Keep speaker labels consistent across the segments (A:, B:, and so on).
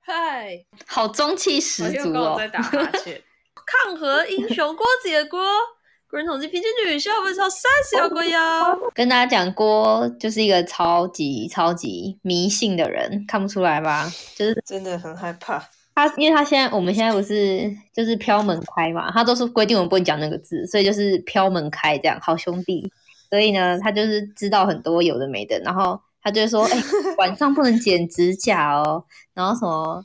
A: 嗨，
B: 好中气
A: 我
B: 十
A: 又
B: 足
A: 跟我
B: 哦
A: 在！打哈欠。抗核英雄郭姐郭，国人统计平均女消费超三十六个呀。
B: 跟大家讲，郭就是一个超级超级迷信的人，看不出来吧？就是
C: 真的很害怕。
B: 他，因为他现在我们现在不是就是飘门开嘛，他都是规定我们不能讲那个字，所以就是飘门开这样，好兄弟。所以呢，他就是知道很多有的没的，然后他就会说，哎、晚上不能剪指甲哦，然后什么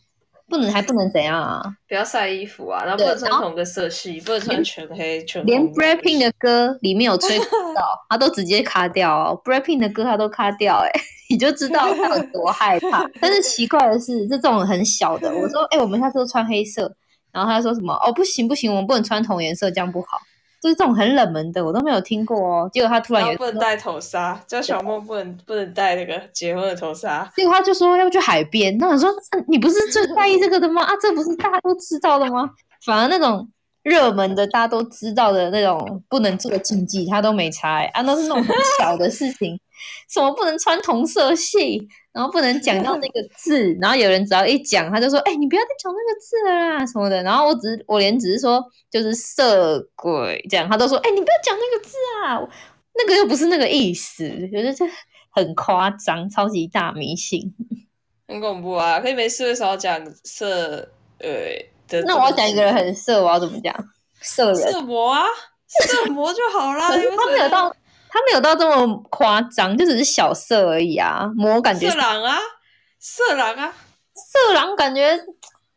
B: 不能还不能怎样啊？
C: 不要晒衣服啊，然后
B: 对
C: 不能穿
B: 然后
C: 同个色系，不能穿全黑全
B: 连
C: 红
B: Breaking 的歌里面有吹口哨，他都直接卡掉哦。Breaking 的歌他都卡掉、欸， 哎，你就知道他有多害怕。但是奇怪的是，这种很小的，我说，哎、我们下次都穿黑色，然后他说什么，哦，不行不行，我们不能穿同颜色，这样不好。就是这种很冷门的，我都没有听过哦。结果他突然
C: 然
B: 有
C: 后
B: 一
C: 不能
B: 天，
C: 戴头纱，叫小梦不能不能戴那个结婚的头纱。
B: 结果他就说要去海边。那我说、啊你不是最在意这个的吗？啊，这不是大家都知道的吗？反而那种热门的、大家都知道的那种不能做禁忌，他都没差、欸、啊，都是那种很小的事情，什么不能穿同色系，然后不能讲到那个字，然后有人只要一讲，他就说：“哎、你不要再讲那个字了啦，什么的。”然后我只是我连只是说就是色鬼这样，他都说：“哎、你不要讲那个字啊，那个又不是那个意思。”觉得这很夸张，超级大迷信。
C: 很恐怖啊！可以没事的时候讲色，呃的。
B: 那我要讲一个人很色，我要怎么讲？色人。
C: 色魔啊，色魔就好啦。
B: 可是
C: 你为
B: 他
C: 什么
B: 没有到，他没有到这么夸张，就只是小色而已啊。魔感觉
C: 色狼啊，色狼啊，
B: 色狼感觉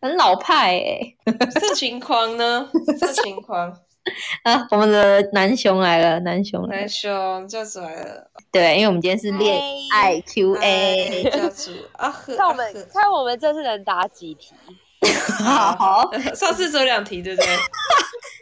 B: 很老派哎、
C: 色情狂呢？色情狂，
B: 啊，我们的男熊来了，男熊来
C: 来
B: 了。
C: 兄叫出来了，
B: 对，因为我们今天是恋爱 Q&A，
C: 哎教主啊呵，
A: 看我
C: 啊
A: 们看我们这次能答几题？
B: 好 好，
C: 呵啊 上次只有两题，对不对？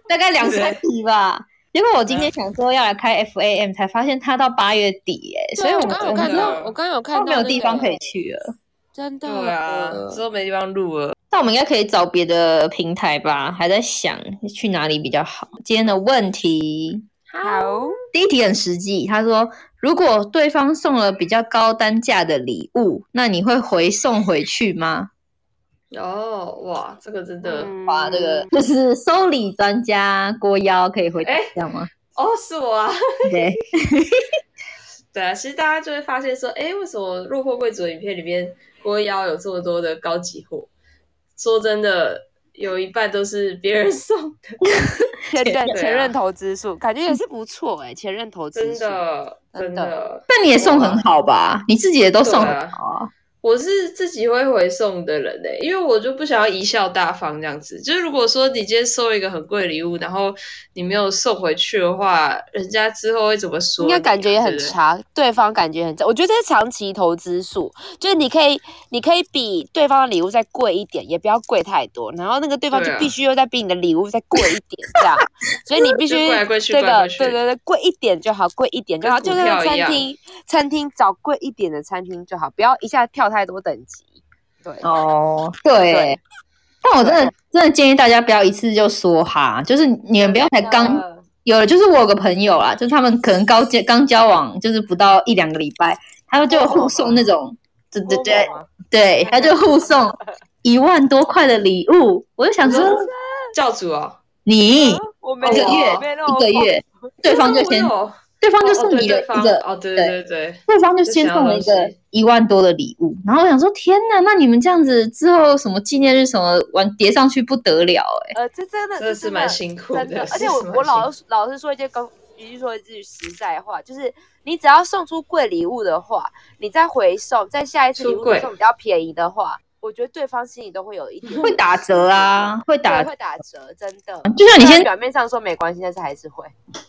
B: 大概两三题吧。结果我今天想说要来开 FAM，才发现他到八月底哎、所以我
A: 对
B: 们
A: 啊我刚
C: 看
A: 刚有
C: 到
A: 看
B: 们
A: 到，我刚刚有看
B: 都没
A: 到
B: 有地方可
A: 以，
B: 以去了。
A: 真的。
C: 对啊，之后没地方录了。
B: 那我们应该可以找别的平台吧？还在想去哪里比较好。今天的问题
A: 好，
B: 第一题很实际，他说：“如果对方送了比较高单价的礼物，那你会回送回去吗
C: 哦，哇，这个真的，？”
B: 哇，这
C: 嗯
B: 个就是收礼专家郭幺可以回答
C: 哎
B: 这样吗？
C: 哦，是我啊。
B: 对，
C: 对啊，其实大家就会发现说，哎，为什么落魄贵族的影片里面郭妖有这么多的高级货？说真的，有一半都是别人送的，
A: 前任
C: 对啊
A: 前任投资术，感觉也是不错哎，前任投资
C: 真
A: 术。
C: 的，真
A: 真的
C: 的。
B: 那你也送很好吧？你自己也都送
C: 对啊
B: 很好啊。
C: 我是自己会回送的人呢、欸因为我就不想要贻笑大方这样子。就是如果说你今天收了一个很贵的礼物，然后你没有送回去的话，人家之后会怎么说
A: 应
C: 你啊？
A: 该感觉也很
C: 对不对。
A: 差，对方感觉很差。我觉得这是长期投资术，就是你可以，你可以比对方的礼物再贵一点，也不要贵太多。然后那个对方就
C: 对啊
A: 必须又再比你的礼物再贵一点，这样。所以你必须
C: 就贵来贵去
A: 这
C: 贵来贵
A: 个
C: 去
A: 对对对，贵一点就好，贵一点就好，
C: 跟
A: 就
C: 股
A: 是
C: 票一
A: 餐
C: 样
A: 厅餐厅找贵一点的餐厅就好，不要一下跳太多等级。对，
B: 哦，对。
A: 对
B: 但我真的真的建议大家不要一次就说哈，就是你们不要才刚
C: 嗯
B: 有了，就是我有个朋友啦，就是他们可能高交刚交往，就是不到一两个礼拜，他们就互送那种，对对对
C: 哦
B: 对，他就互送一万多块的礼物，我就想说
C: 教主哦，
B: 你
A: 我没
B: 一
A: 有
B: 个
C: 有
B: 月
A: 没有
B: 一个月， 对方就先
C: 我有
B: 对方就
C: 哦
B: 送
C: 对
B: 你了
C: 对
B: 一
C: 方
B: 个
C: 哦，对
B: 对
C: 对对，
B: 对方就先送了一个一万多的礼物，然后我想说天哪，那你们这样子之后什么纪念日什么玩叠上去不得了哎、
A: 呃，这真的
C: 真的是蛮辛苦
A: 真的，而且
C: 是
A: 我
C: 蛮
A: 我
C: 辛
A: 老是老是说一句公，一句说一句实在话，就是你只要送出贵礼物的话，你再回送，在下一次礼
C: 出
A: 物
C: 柜
A: 送比较便宜的话，我觉得对方心里都会有一
C: 嗯
A: 点
B: 会打折啊，会打
A: 对，会打折，真的。
B: 就像你
A: 虽
B: 先
A: 然表面上说没关系，但是还是会。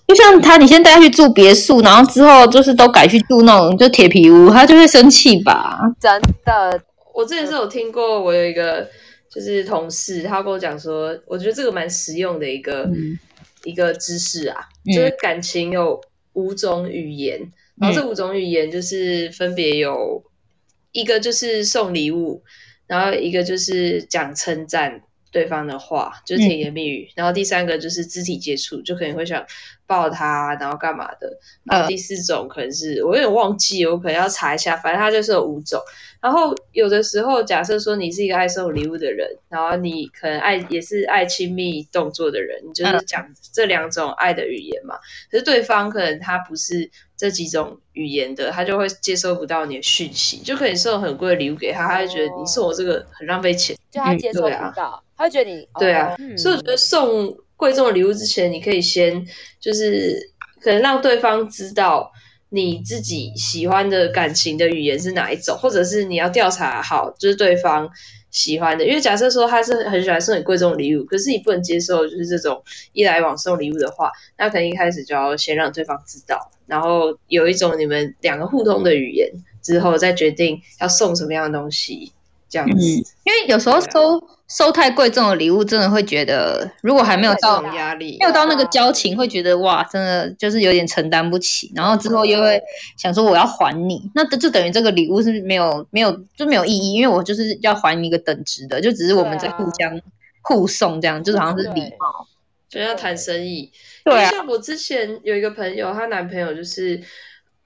B: 就像他，你先带他去住别墅，然后之后就是都改去住那种就铁皮屋，他就会生气吧？
A: 真的，
C: 我之前是有听过，我有一个就是同事，他跟我讲说，我觉得这个蛮实用的一个、
B: 嗯
C: 一个知识啊，
B: 嗯
C: 就是感情有五种语言，然
B: 嗯
C: 后这五种语言就是分别有一个就是送礼物，然后一个就是讲称赞。对方的话就是甜言蜜语，然后第三个就是肢体接触，就可能会想抱它，然后干嘛的。然后第四种可能是我有点忘记，我可能要查一下。反正它就是有五种。然后有的时候，假设说你是一个爱送礼物的人，然后你可能爱也是爱亲密动作的人，你就是讲这两种爱的语言嘛。可是对方可能他不是这几种语言的，他就会接收不到你的讯息，就可能送很贵的礼物给他，他就觉得你送我这个很浪费钱。
A: 就
B: 嗯
A: 他接受
C: 对啊
A: 不到，他会觉得你
C: 对啊，
A: 哦
C: 所以我觉得送贵重的礼物之前，你可以先就是可能让对方知道你自己喜欢的感情的语言是哪一种，或者是你要调查好就是对方喜欢的。因为假设说他是很喜欢送你贵重礼物，可是你不能接受就是这种一来往送礼物的话，那可能一开始就要先让对方知道，然后有一种你们两个互通的语言之后，再决定要送什么样的东西。这样子，
B: 因为有时候
C: 对啊
B: 收收太贵重的礼物，真的会觉得，如果还没有
C: 这
B: 到
C: 种压力
B: 没有到那个交情，会觉得哇，真的就是有点承担不起，然后之后又会想说我要还你，那这就等于这个礼物是没有没有就没有意义，因为我就是要还你一个等值的，就只是我们在互相互送这样，就是好像是礼貌，
C: 就像谈生意，
B: 对啊
C: 因为像我之前有一个朋友，她男朋友就是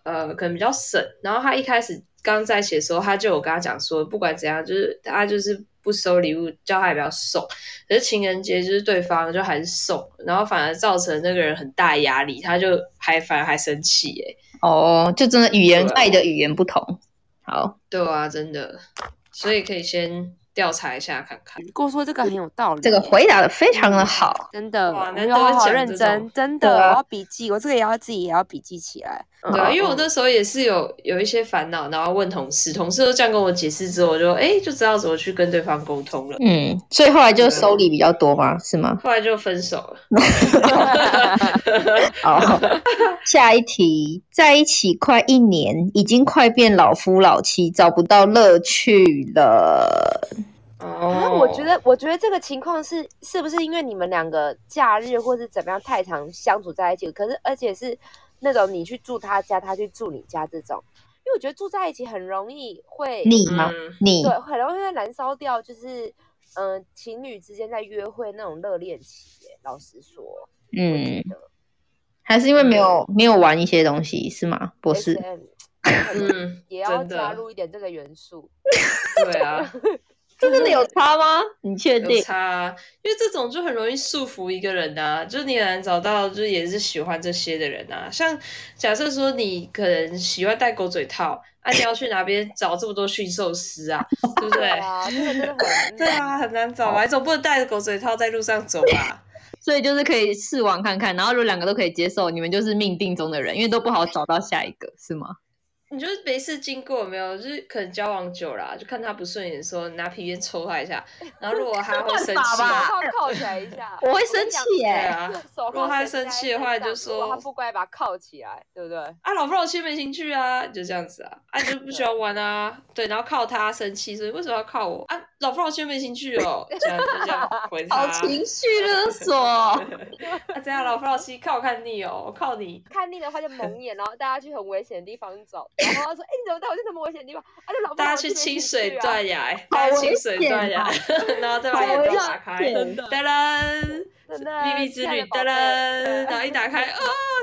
C: 呃，可能比较省，然后她一开始刚在一起的时候，她就有跟他讲说，不管怎样，就是他就是不收礼物，叫他也不要送。可是情人节就是对方就还是送，然后反而造成那个人很大压力，他就还反而还生气耶、
B: 哦，就真的语言
C: 对啊
B: 爱的语言不同。好，
C: 对啊，真的，所以可以先调查一下看看。
A: 你跟我说这个很有道理耶，
B: 这个回答的非常的好，
A: 真的，
C: 哇
A: 我
C: 难
A: 要
C: 得
A: 好
C: 讲
A: 认
C: 这
A: 真
C: 种，
A: 真的，
B: 对啊
A: 我要笔记，我这个也要自己也要笔记起来。嗯
C: 对啊，因为我
A: 嗯
C: 那时候也是有有一些烦恼，然后问同事，同事都这样跟我解释之后，我就哎、就知道怎么去跟对方沟通了。
B: 嗯，所以后来就收礼比较多吗？是吗？
C: 后来就分手了。
B: 哦好，下一题，在一起快一年，已经快变老夫老妻，找不到乐趣了。
A: 可是
C: 哦
A: 啊我觉得，我觉得这个情况是是不是因为你们两个假日或是怎么样太常相处在一起？可是而且是那种你去住他家，他去住你家这种，因为我觉得住在一起很容易会
B: 你吗？
C: 嗯，
B: 你
A: 对，很容易会燃烧掉，就是嗯、呃情侣之间在约会那种热恋期耶。老实说，
B: 嗯，还是因为没有没有玩一些东西是吗？博士，
A: SM
C: 嗯，
A: 也要
C: 真的
A: 加入一点这个元素。
C: 对啊，
B: 这真的有差吗？你确
C: 有
B: 定？
C: 差啊，因为这种就很容易束缚一个人啊，就是你很难找到就是也是喜欢这些的人啊。像假设说你可能喜欢戴狗嘴套，啊，你要去哪边找这么多驯兽师啊，对不 对？
A: 啊，这个真的 很
C: 对啊，很难找啊，你总不能戴着狗嘴套在路上走吧？
B: 所以就是可以试玩看看，然后如果两个都可以接受，你们就是命定中的人，因为都不好找到下一个，是吗？
C: 你就是没事经过有没有？就是可能交往久了啊、就看他不顺眼的时候，你拿皮鞭抽他一下，
B: 哎
C: 然后如果他会
B: 犯
C: 生
B: 法
C: 气，
B: 吧，
A: 手铐铐起来一下
B: 我会
A: 跟
B: 生
A: 你讲
B: 气耶
C: 对啊，
A: 手
C: 如果
A: 铐
C: 他
A: 绳
C: 生
A: 在
C: 气的
A: 身
C: 话你就
A: 上如果
C: 说
A: 他不乖，把他铐起来，对不 对？
C: 啊，老夫老妻没兴趣啊，就这样子啊，啊，你就不喜欢玩啊，对，然后靠他生气，所以为什么要靠我啊？老夫老妻没兴趣哦，这样就这 样回他，
B: 好情绪勒索。
C: 啊，这样老夫老妻靠我看腻哦，我靠你，
A: 看腻的话就蒙眼，然后带他去很危险的地方走。然后他说：“哎、你怎么带我去那么危险的地方？”啊，就老
C: 大家
A: 去啊
C: 去清水
A: 段。
C: 断崖，
B: 啊好
C: 大家
B: 危哦
C: 清水断崖，然后再把眼
B: 好
C: 罩
B: 危
C: 打开，
B: 险哦
C: 噔噔。
A: 真的，
C: 秘密之
A: 呃亲爱
C: 旅
A: 的，宝
C: 噔噔，
A: 贝呃
C: 然后一 打开，啊，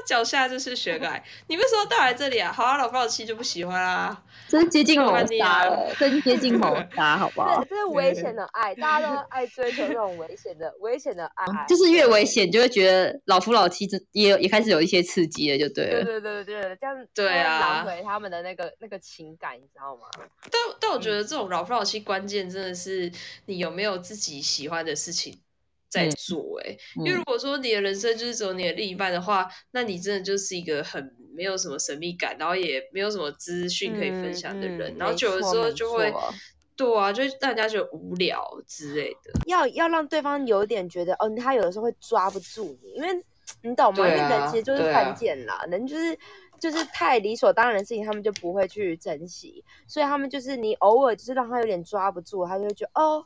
C: 脚下就是雪盖。你们说到来这里啊？好啊，老夫老妻就不喜欢啦。
B: 这是接近
C: 我
B: 谋
C: 看你
B: 杀
C: 啊
B: 了，这是接近 谋杀，好不好
A: 这？这是危险的爱，大家都爱追求这种危险的、危险的爱，
B: 就是越危险，就会觉得老夫老妻真也有也开始有一些刺激了，就对
A: 对
B: 了。
A: 对对对对，这样
C: 对啊
A: 他们挽回他们的那个那个情感，你知道吗？
C: 但但
A: 嗯
C: 我觉得这种老夫老妻关键真的是你有没有自己喜欢的事情在
B: 嗯
C: 做、欸。因为
B: 嗯
C: 如果说你的人生就是只有你的另一半的话，那你真的就是一个很没有什么神秘感，然后也没有什么资讯可以分享的人，
A: 嗯嗯
C: 然后
A: 没
C: 久了
A: 错
C: 之后
A: 没
C: 就会
A: 错，
C: 对啊，就会让人家觉得无聊之类的。
A: 要要让对方有点觉得，哦，他有的时候会抓不住你，因为你懂吗？
C: 对
A: 因为人
C: 啊
A: 其实就是
C: 对啊
A: 犯贱啦，人就是就是太理所当然的事情，他们就不会去珍惜，所以他们就是你偶尔就是让他有点抓不住，他就会觉得，哦，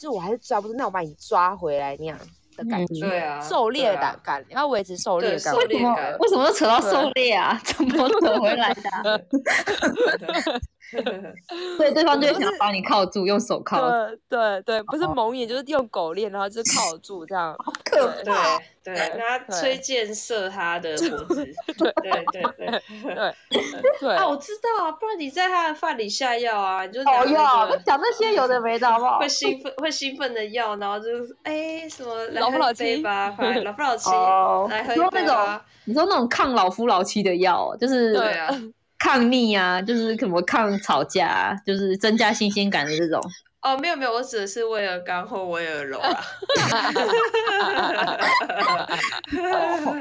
A: 就我还是抓不住，那我把你抓回来那样的感觉，
C: 对啊，
A: 嗯狩猎
C: 对啊
A: 感 感，要维持狩猎
C: 对
A: 感，
C: 狩猎
B: 为什么
C: 感
B: 为什么扯到狩猎啊？怎么扯回来的啊？所以对方就会想把你铐住，用手铐，
A: 对对对，不是
C: 哦
A: 蒙眼就是用狗链，然后就是铐住这 样。
B: 可
C: 对对，拿吹箭射他的脖子，对对对。
A: 对对，
C: 啊，我知道啊，不然你在他的饭里下药啊，你就拿
B: 讨厌啊！
C: 那
B: 不
C: 个
B: 讲那些有的没的，好不 好
C: 会？兴奋会兴奋的药，然后就是哎什么来
A: 老夫
C: 喝一
A: 老
C: 杯
A: 妻
C: 吧，反正老夫老妻
A: 哦
C: 来喝
B: 你
C: 一
B: 说
C: 杯
B: 那
C: 吧
B: 种，，你说那种抗老夫老妻的药，哦就是
C: 对啊，
B: 抗逆啊，就是什么抗吵架啊，就是增加新鲜感的这种。
C: 哦没有没有，我指的是威尔刚后威尔柔啊，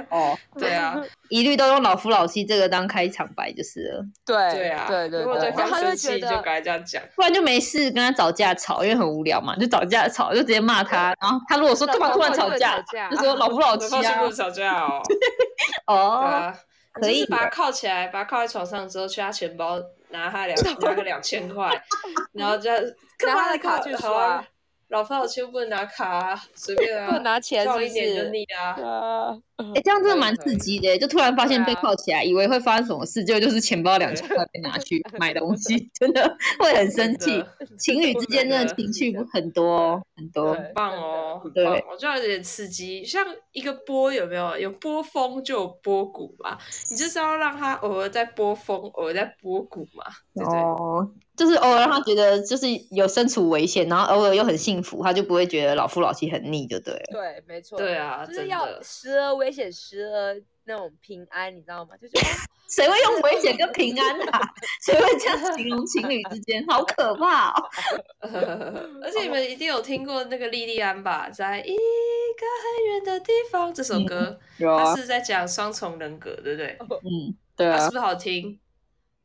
B: 哦，
C: 对啊，
B: 一律都用老夫老妻这个当开场白就是了，
A: 对
C: 对啊，
A: 对对
C: 如果对
A: 对，
C: 方
A: 他
C: 生
A: 就
C: 气，
A: 觉
C: 你就
A: 得
C: 赶快这样讲，
B: 不然就没事跟他吵架吵，因为很无聊嘛，就吵架吵，就直接骂他。然后他如果说干嘛突然吵架，就说老夫老
C: 对
B: 妻
C: 方是
B: 啊
C: 不，是吵架哦？对
B: 哦，
C: 啊，你
B: 可
C: 就是
B: 以
C: 把他铐起来，把他铐在床上之后，去他钱包拿他两拿个两千块，然后就
A: 拿他的卡去
C: 好啊
A: 刷，
C: 老夫老妻又不能拿卡啊，随便啊，
A: 不能拿钱是
C: 照
A: 不？
C: 一点就是腻啊。
A: 啊，
B: 哎，这样真的蛮刺激的，就突然发现
C: 啊
B: 被铐起来，以为会发生什么事，结果就是钱包两千块被拿去买东西，真的会很生
C: 啊真
B: 气
C: 的。
B: 情侣之间真的
C: 真的
B: 情绪很多哦很多，
A: 对
C: 棒哦，很
B: 对
C: 棒！我觉得有点刺激，像一个波有没有？有波峰就有波谷嘛，你就是要让它偶尔在波峰，偶尔在波谷嘛，对不对？
B: 哦，就是偶尔让他觉得就是有身处危险，然后偶尔又很幸福，他就不会觉得老夫老妻很腻，就对了。
A: 对，没错，
C: 对啊，
A: 就是
C: 真
A: 要
C: 的，
A: 时而危险，时而那种平安，你知道吗？就是哦
B: 谁会用危险跟平安啊？ 谁会这样形容情侣之间？好可怕哦！
C: 而且你们一定有听过那个莉莉安吧，在一个很远的地方这首歌，
B: 嗯有
C: 它，是在讲双重人格，对不对？
B: 嗯，对
C: 它是
B: 啊
C: 不，是好听？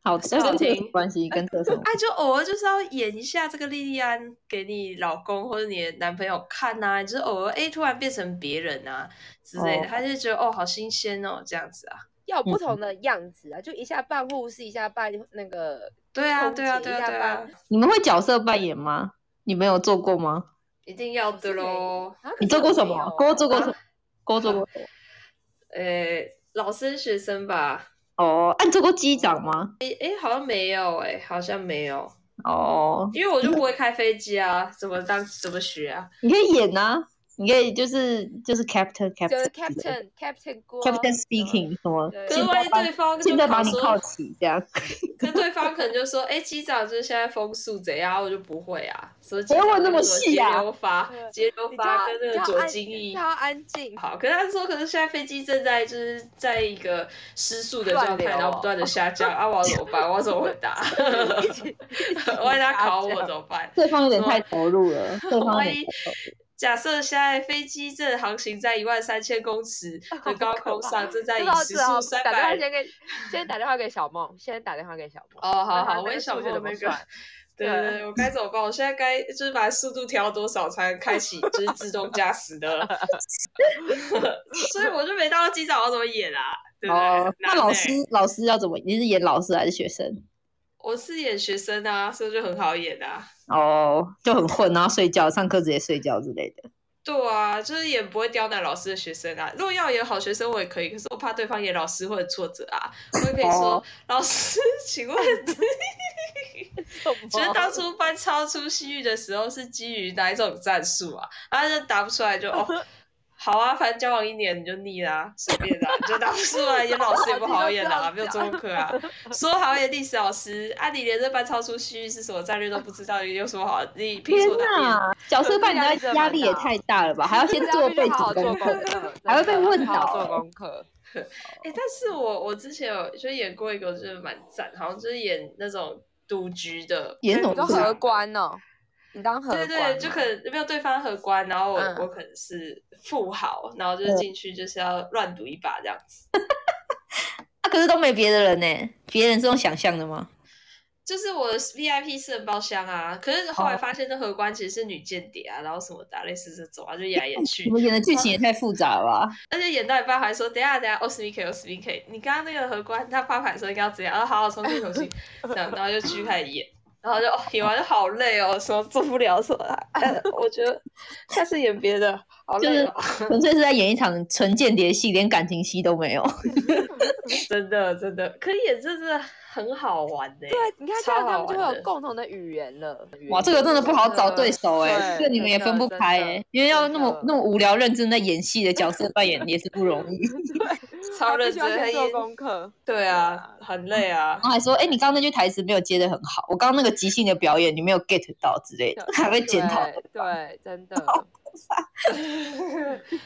B: 好，这跟这有什么
C: 听
B: 关系？跟这有什么？
C: 啊，就偶尔就是要演一下这个莉莉安给你老公或者你的男朋友看呐、啊，你就是偶尔哎、诶突然变成别人啊之类的，
B: 哦
C: 他就觉得哦好新鲜哦这样子啊，
A: 要有不同的样子啊，就一下扮护士，一下扮那个，
C: 对啊
A: 空姐
C: 对啊对
A: 一
C: 啊
A: 下
C: 对
A: 吧
C: 啊，
B: 你们会角色扮演吗？你们有做过吗？
C: 一定要的喽，
A: 啊
B: 你做过什么？郭做过
C: 啊
B: 什么？郭做过什么？
C: 呃、老生学生吧，
B: 哦，啊，你做过机长吗？
C: 哎、诶好像没有哎、好像没有，
B: 哦，
C: 因为我就不会开飞机啊，怎么当怎么学 啊？
B: 你可以演啊，你可以就是就是 captain
A: 就是
B: captain
A: Captain Captain 郭
B: captain speaking 什么
A: 对？
C: 可是
B: 现
C: 万
B: 在
C: 一
B: 把
C: 对方就
B: 现在把
C: 考
B: 你
C: 说，
B: 铐起这样。
C: 可是对方可能就说，哎、机长就是现在风速怎样，我就不会啊，所以
B: 不要问那么细啊
C: 节流阀
A: 对、
C: 节流
A: 你
C: 阀
A: 叫
C: 跟那个左精翼。
A: 要安静，
C: 好，可是他说，可是现在飞机正在就是在一个失速的状
A: 乱
C: 态，
A: 流哦
C: 然后不断的下降，啊，我要怎么办？我要怎么回答？
A: 一起
C: 万一他考我
A: 下降
C: 怎么办？
B: 对方有点太投入了，对方有
C: 万
B: 点
C: 一假设现在飞机正航行在一万三千公 尺的高空上，正在以
A: 知道
C: 时
A: 知道
C: 速三
A: 打电话
C: 百
A: 先给，先打电话给小梦，先打电话给小梦。
C: 哦，好
A: 问他
C: 好，
A: 那
C: 我也
A: 个
C: 想
A: 数学
C: 问
A: 怎
C: 那
A: 么
C: 个
A: 算，
C: 对对对，我该怎么办？我现在该就是把速度调到多少才能开启就是自动驾驶 的？所以我就没当过机长，我怎么演啊？对不对？
B: 哦，那
C: 难
B: 老
C: 欸
B: 师老师要怎么？你是演老师还是学生？
C: 我是演学生啊，所以就很好演啊。
B: 哦，就很混，然后睡觉，上课直接睡觉之类 的。
C: 对啊，就是演不会刁难老师的学生啊。如果要演好学生，我也可以，可是我怕对方演老师会很挫折啊。我也可以说，
B: 哦
C: 老师， 请问， 觉得当初班超出西域的时候是基于哪一种战术啊？然后就答不出来就哦，好啊，反正交往一年你就腻啦、随便啦、你就答不出来，演老师也不好演啦、没有中文课啊。说好演历史老师，啊，你连这班超出西域是什么战略都不知道，你有什么好？你凭什
B: 天
C: 么打
B: 哪，角色扮演的压力也太大了吧？还要 先做背
A: 必须
B: 景
A: 好好做
B: 功
A: 功
B: 课。
A: 课，
B: 还会被问欸
A: 好好
B: 倒
A: 做功课。
C: 哎、但是我我之前有就演过一个，就是蛮赞，好像就是演那种赌局的，
B: 演什么
A: 你都
B: 赌
A: 荷官哦，你当荷
C: 对
A: 官，
C: 对，就可能没有对方荷官，然后我、
A: 嗯
C: 我可能是富豪，然后就是进去就是要乱赌一把这样子。
B: 啊，可是都没别的人呢，别人是用想象的 吗？
C: 就是我的 VIP 私人包厢啊，可是后来发现那荷官其实是女间谍啊，然后什么的啊，类似这种啊，就演来演去
B: 你，们演的剧情也太复杂了 吧？
C: 而且演到一半还说等一下等一下，我 speak 我 speak，你刚刚那个荷官他发牌的时候应该要怎样？然后好好重新重新，然后然后就继续开始演。然后就哦，演完就好累哦，什么做不了什 么啦。但我觉得下次演别的，好
B: 就
C: 累
B: 是
A: 啊
C: 哦，
B: 纯粹是在演一场纯间谍戏，连感情戏都 没有。
C: 真的真的，可以演这真的很好玩呢、
A: 对，你看这样
C: 超
A: 他
C: 好
A: 们就
C: 玩
A: 会有
C: 的
A: 共同的语言了。
B: 哇，这个真的不好找对手哎、
A: 对
B: 这个你们也分不开哎、
A: 真的
B: 因为要那么
A: 真的
B: 那么无聊认真在演戏的角色扮演也是不容 易。
C: 超
A: 他必
C: 认
A: 须要
C: 真，他
A: 先做
C: 演
A: 功 课。嗯
C: 对啊，很累啊
B: 然。后还说，哎、你刚刚那句台词没有接的很好，我刚刚那个即兴的表演你没有 get 到之类的，还会
A: 对
B: 检讨。
A: 对，真 的。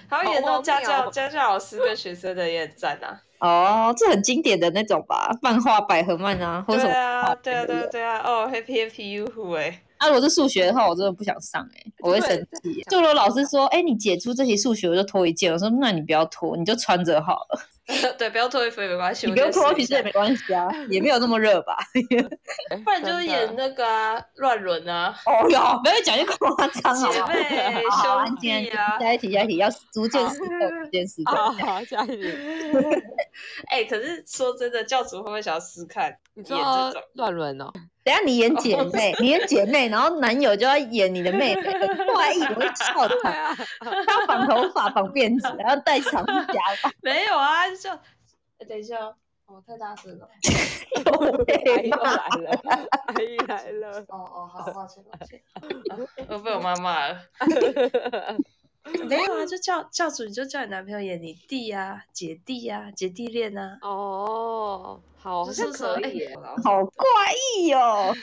C: 还有演
A: 好
C: 到
A: 荒
C: 家
A: 谬
C: 教
A: 哦
C: 家教老师跟学生的也很赞啊。
B: 哦，这很经典的那种吧，漫画百合漫啊，或者
C: 对
B: 什么。
C: 啊，对啊，
B: 之
C: 对
B: 类
C: 啊，
B: 的
C: 对啊，哦，Happy Happy You Who 哎，
B: 啊，如果是数学的话，我真的不想上哎、我会
A: 对
B: 生气耶。就如果老师说，哎、你解出这题数学，我就拖一件，我说那你不要拖，你就穿着好了，
C: 对，不要脱衣服也没关系，
B: 你
C: 我
B: 不用
C: 先试
B: 拖，
C: 一
B: 其实
C: 下
B: 也没关系啊，也没有那么热吧。
C: 不然就是
A: 哎真的
C: 演那个啊，乱伦啊，
B: 哦哟，不要讲一个夸张 好不
C: 姐
B: 好？
C: 妹
B: 好好，安
C: 兄
B: 静，安
C: 弟
B: 静
C: 啊。
B: 下一题，下一题，要逐渐死透，逐渐死透。
A: 好好，下一题。
C: 哎、可是说真的，教主会不会想要试看？
A: 你
C: 演这
A: 说
C: 种
A: 乱伦哦？
B: 等一下你演姐妹，你演姐妹，然后男友就要演你的妹妹，怪异，我会笑
A: 对
B: 场。
A: 啊，
B: 他绑头发，绑辫子，然后戴长夹，
C: 没有啊，就、哎等一下哦，哦，太大声 了。
A: 阿哎姨又来了， 阿姨来了。
C: 哦哦，好，抱歉抱 歉，啊我被我妈骂了。没有啊，就教教主，你就叫你男朋友演你弟啊、姐弟啊、姐弟恋啊，
A: 哦，好，
C: 就是
A: 好像
C: 说
A: 可
C: 哎
A: 以耶。
B: 好怪异哦。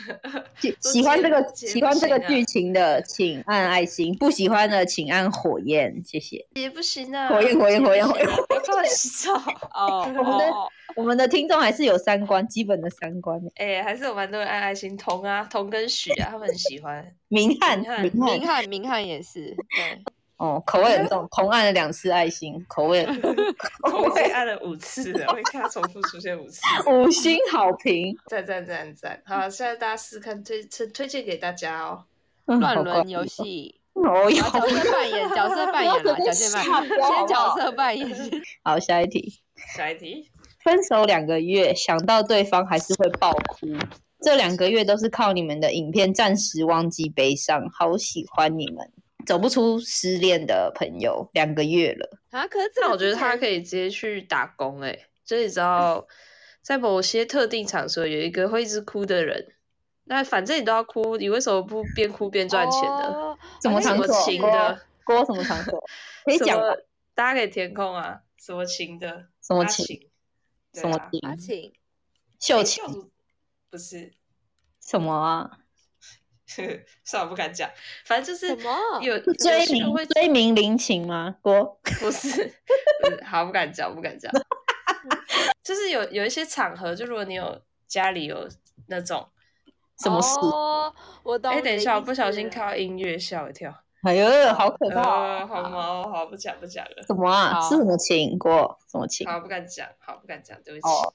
B: 喜喜欢这个
C: 姐
B: 喜欢这个
C: 姐不行啊
B: 剧情的，请按爱心；不喜欢的，请按火焰，谢谢。
C: 也不行啊，
B: 火焰火焰火 焰
C: 姐不行啊，不要帮我洗 澡。
A: 哦，
B: 们的
A: 哦
B: 我们的听众还是有三观，基本的三观。
C: 哎、还是有蛮多人爱爱心童啊、童跟许啊，他们很喜欢。
B: 明翰，
C: 明翰
B: 明翰
A: 明，翰，明翰也是，对，
B: 哦，口味很重，同按了两次爱心，口 味
C: 我已经按了五次了，我已经看他重复出现五次。
B: 五星好评，
C: 赞赞赞赞！好，现在大家试看推推推荐给大家哦。
B: 嗯
A: 乱
B: 好
A: 伦
B: 怪
A: 游戏，
B: 哦哟
A: 啊，角色扮演，角色扮演 啦，角色扮演，先角色扮演，
B: 好，下一题，
C: 下一题，
B: 分手两个月，想到对方还是会爆哭。这两个月都是靠你们的影片暂时忘记悲伤，好喜欢你们。走不出失恋的朋友，两个月了，
A: 啊，可是这
C: 那
A: 个
C: 我觉得他可
A: 以，
C: 以直接去打工哎、就是你知道，在某些特定场所有一个会一直哭的人，那反正你都要哭，你为什么不边哭边赚钱呢？
A: 哦
B: 什么
C: 什
B: 场
C: 么
B: 所？
C: 情的，
B: 郭郭什么场所？可以
C: 什
B: 讲吗
C: 么大家可以填空啊，什么情的，
B: 什么
C: 阿
B: 情？
C: 对
B: 什么
C: 啊
A: 阿
B: 情？
A: 晴，
B: 秀
C: 哎
B: 情
C: 教主不是，
B: 什么啊？
C: 算了，不敢讲，反正就是
A: 什么
C: 有
B: 是追
C: 有些人会
B: 名追名林情吗？郭
C: 不是，不是好，不敢讲，不敢讲。就是有有一些场合，就如果你有家里有那种，
B: 什么事？
A: 哦，我懂。
C: 哎、等一下，我不小心开，到音乐，吓我一跳。
B: 哎呦，好可怕哦！
C: 呃，好毛，好，不讲，不讲了，
B: 什么啊？
A: 好
B: 是什么情？郭什么情？
C: 好，不敢讲，好，不敢讲，对不起。
B: 哦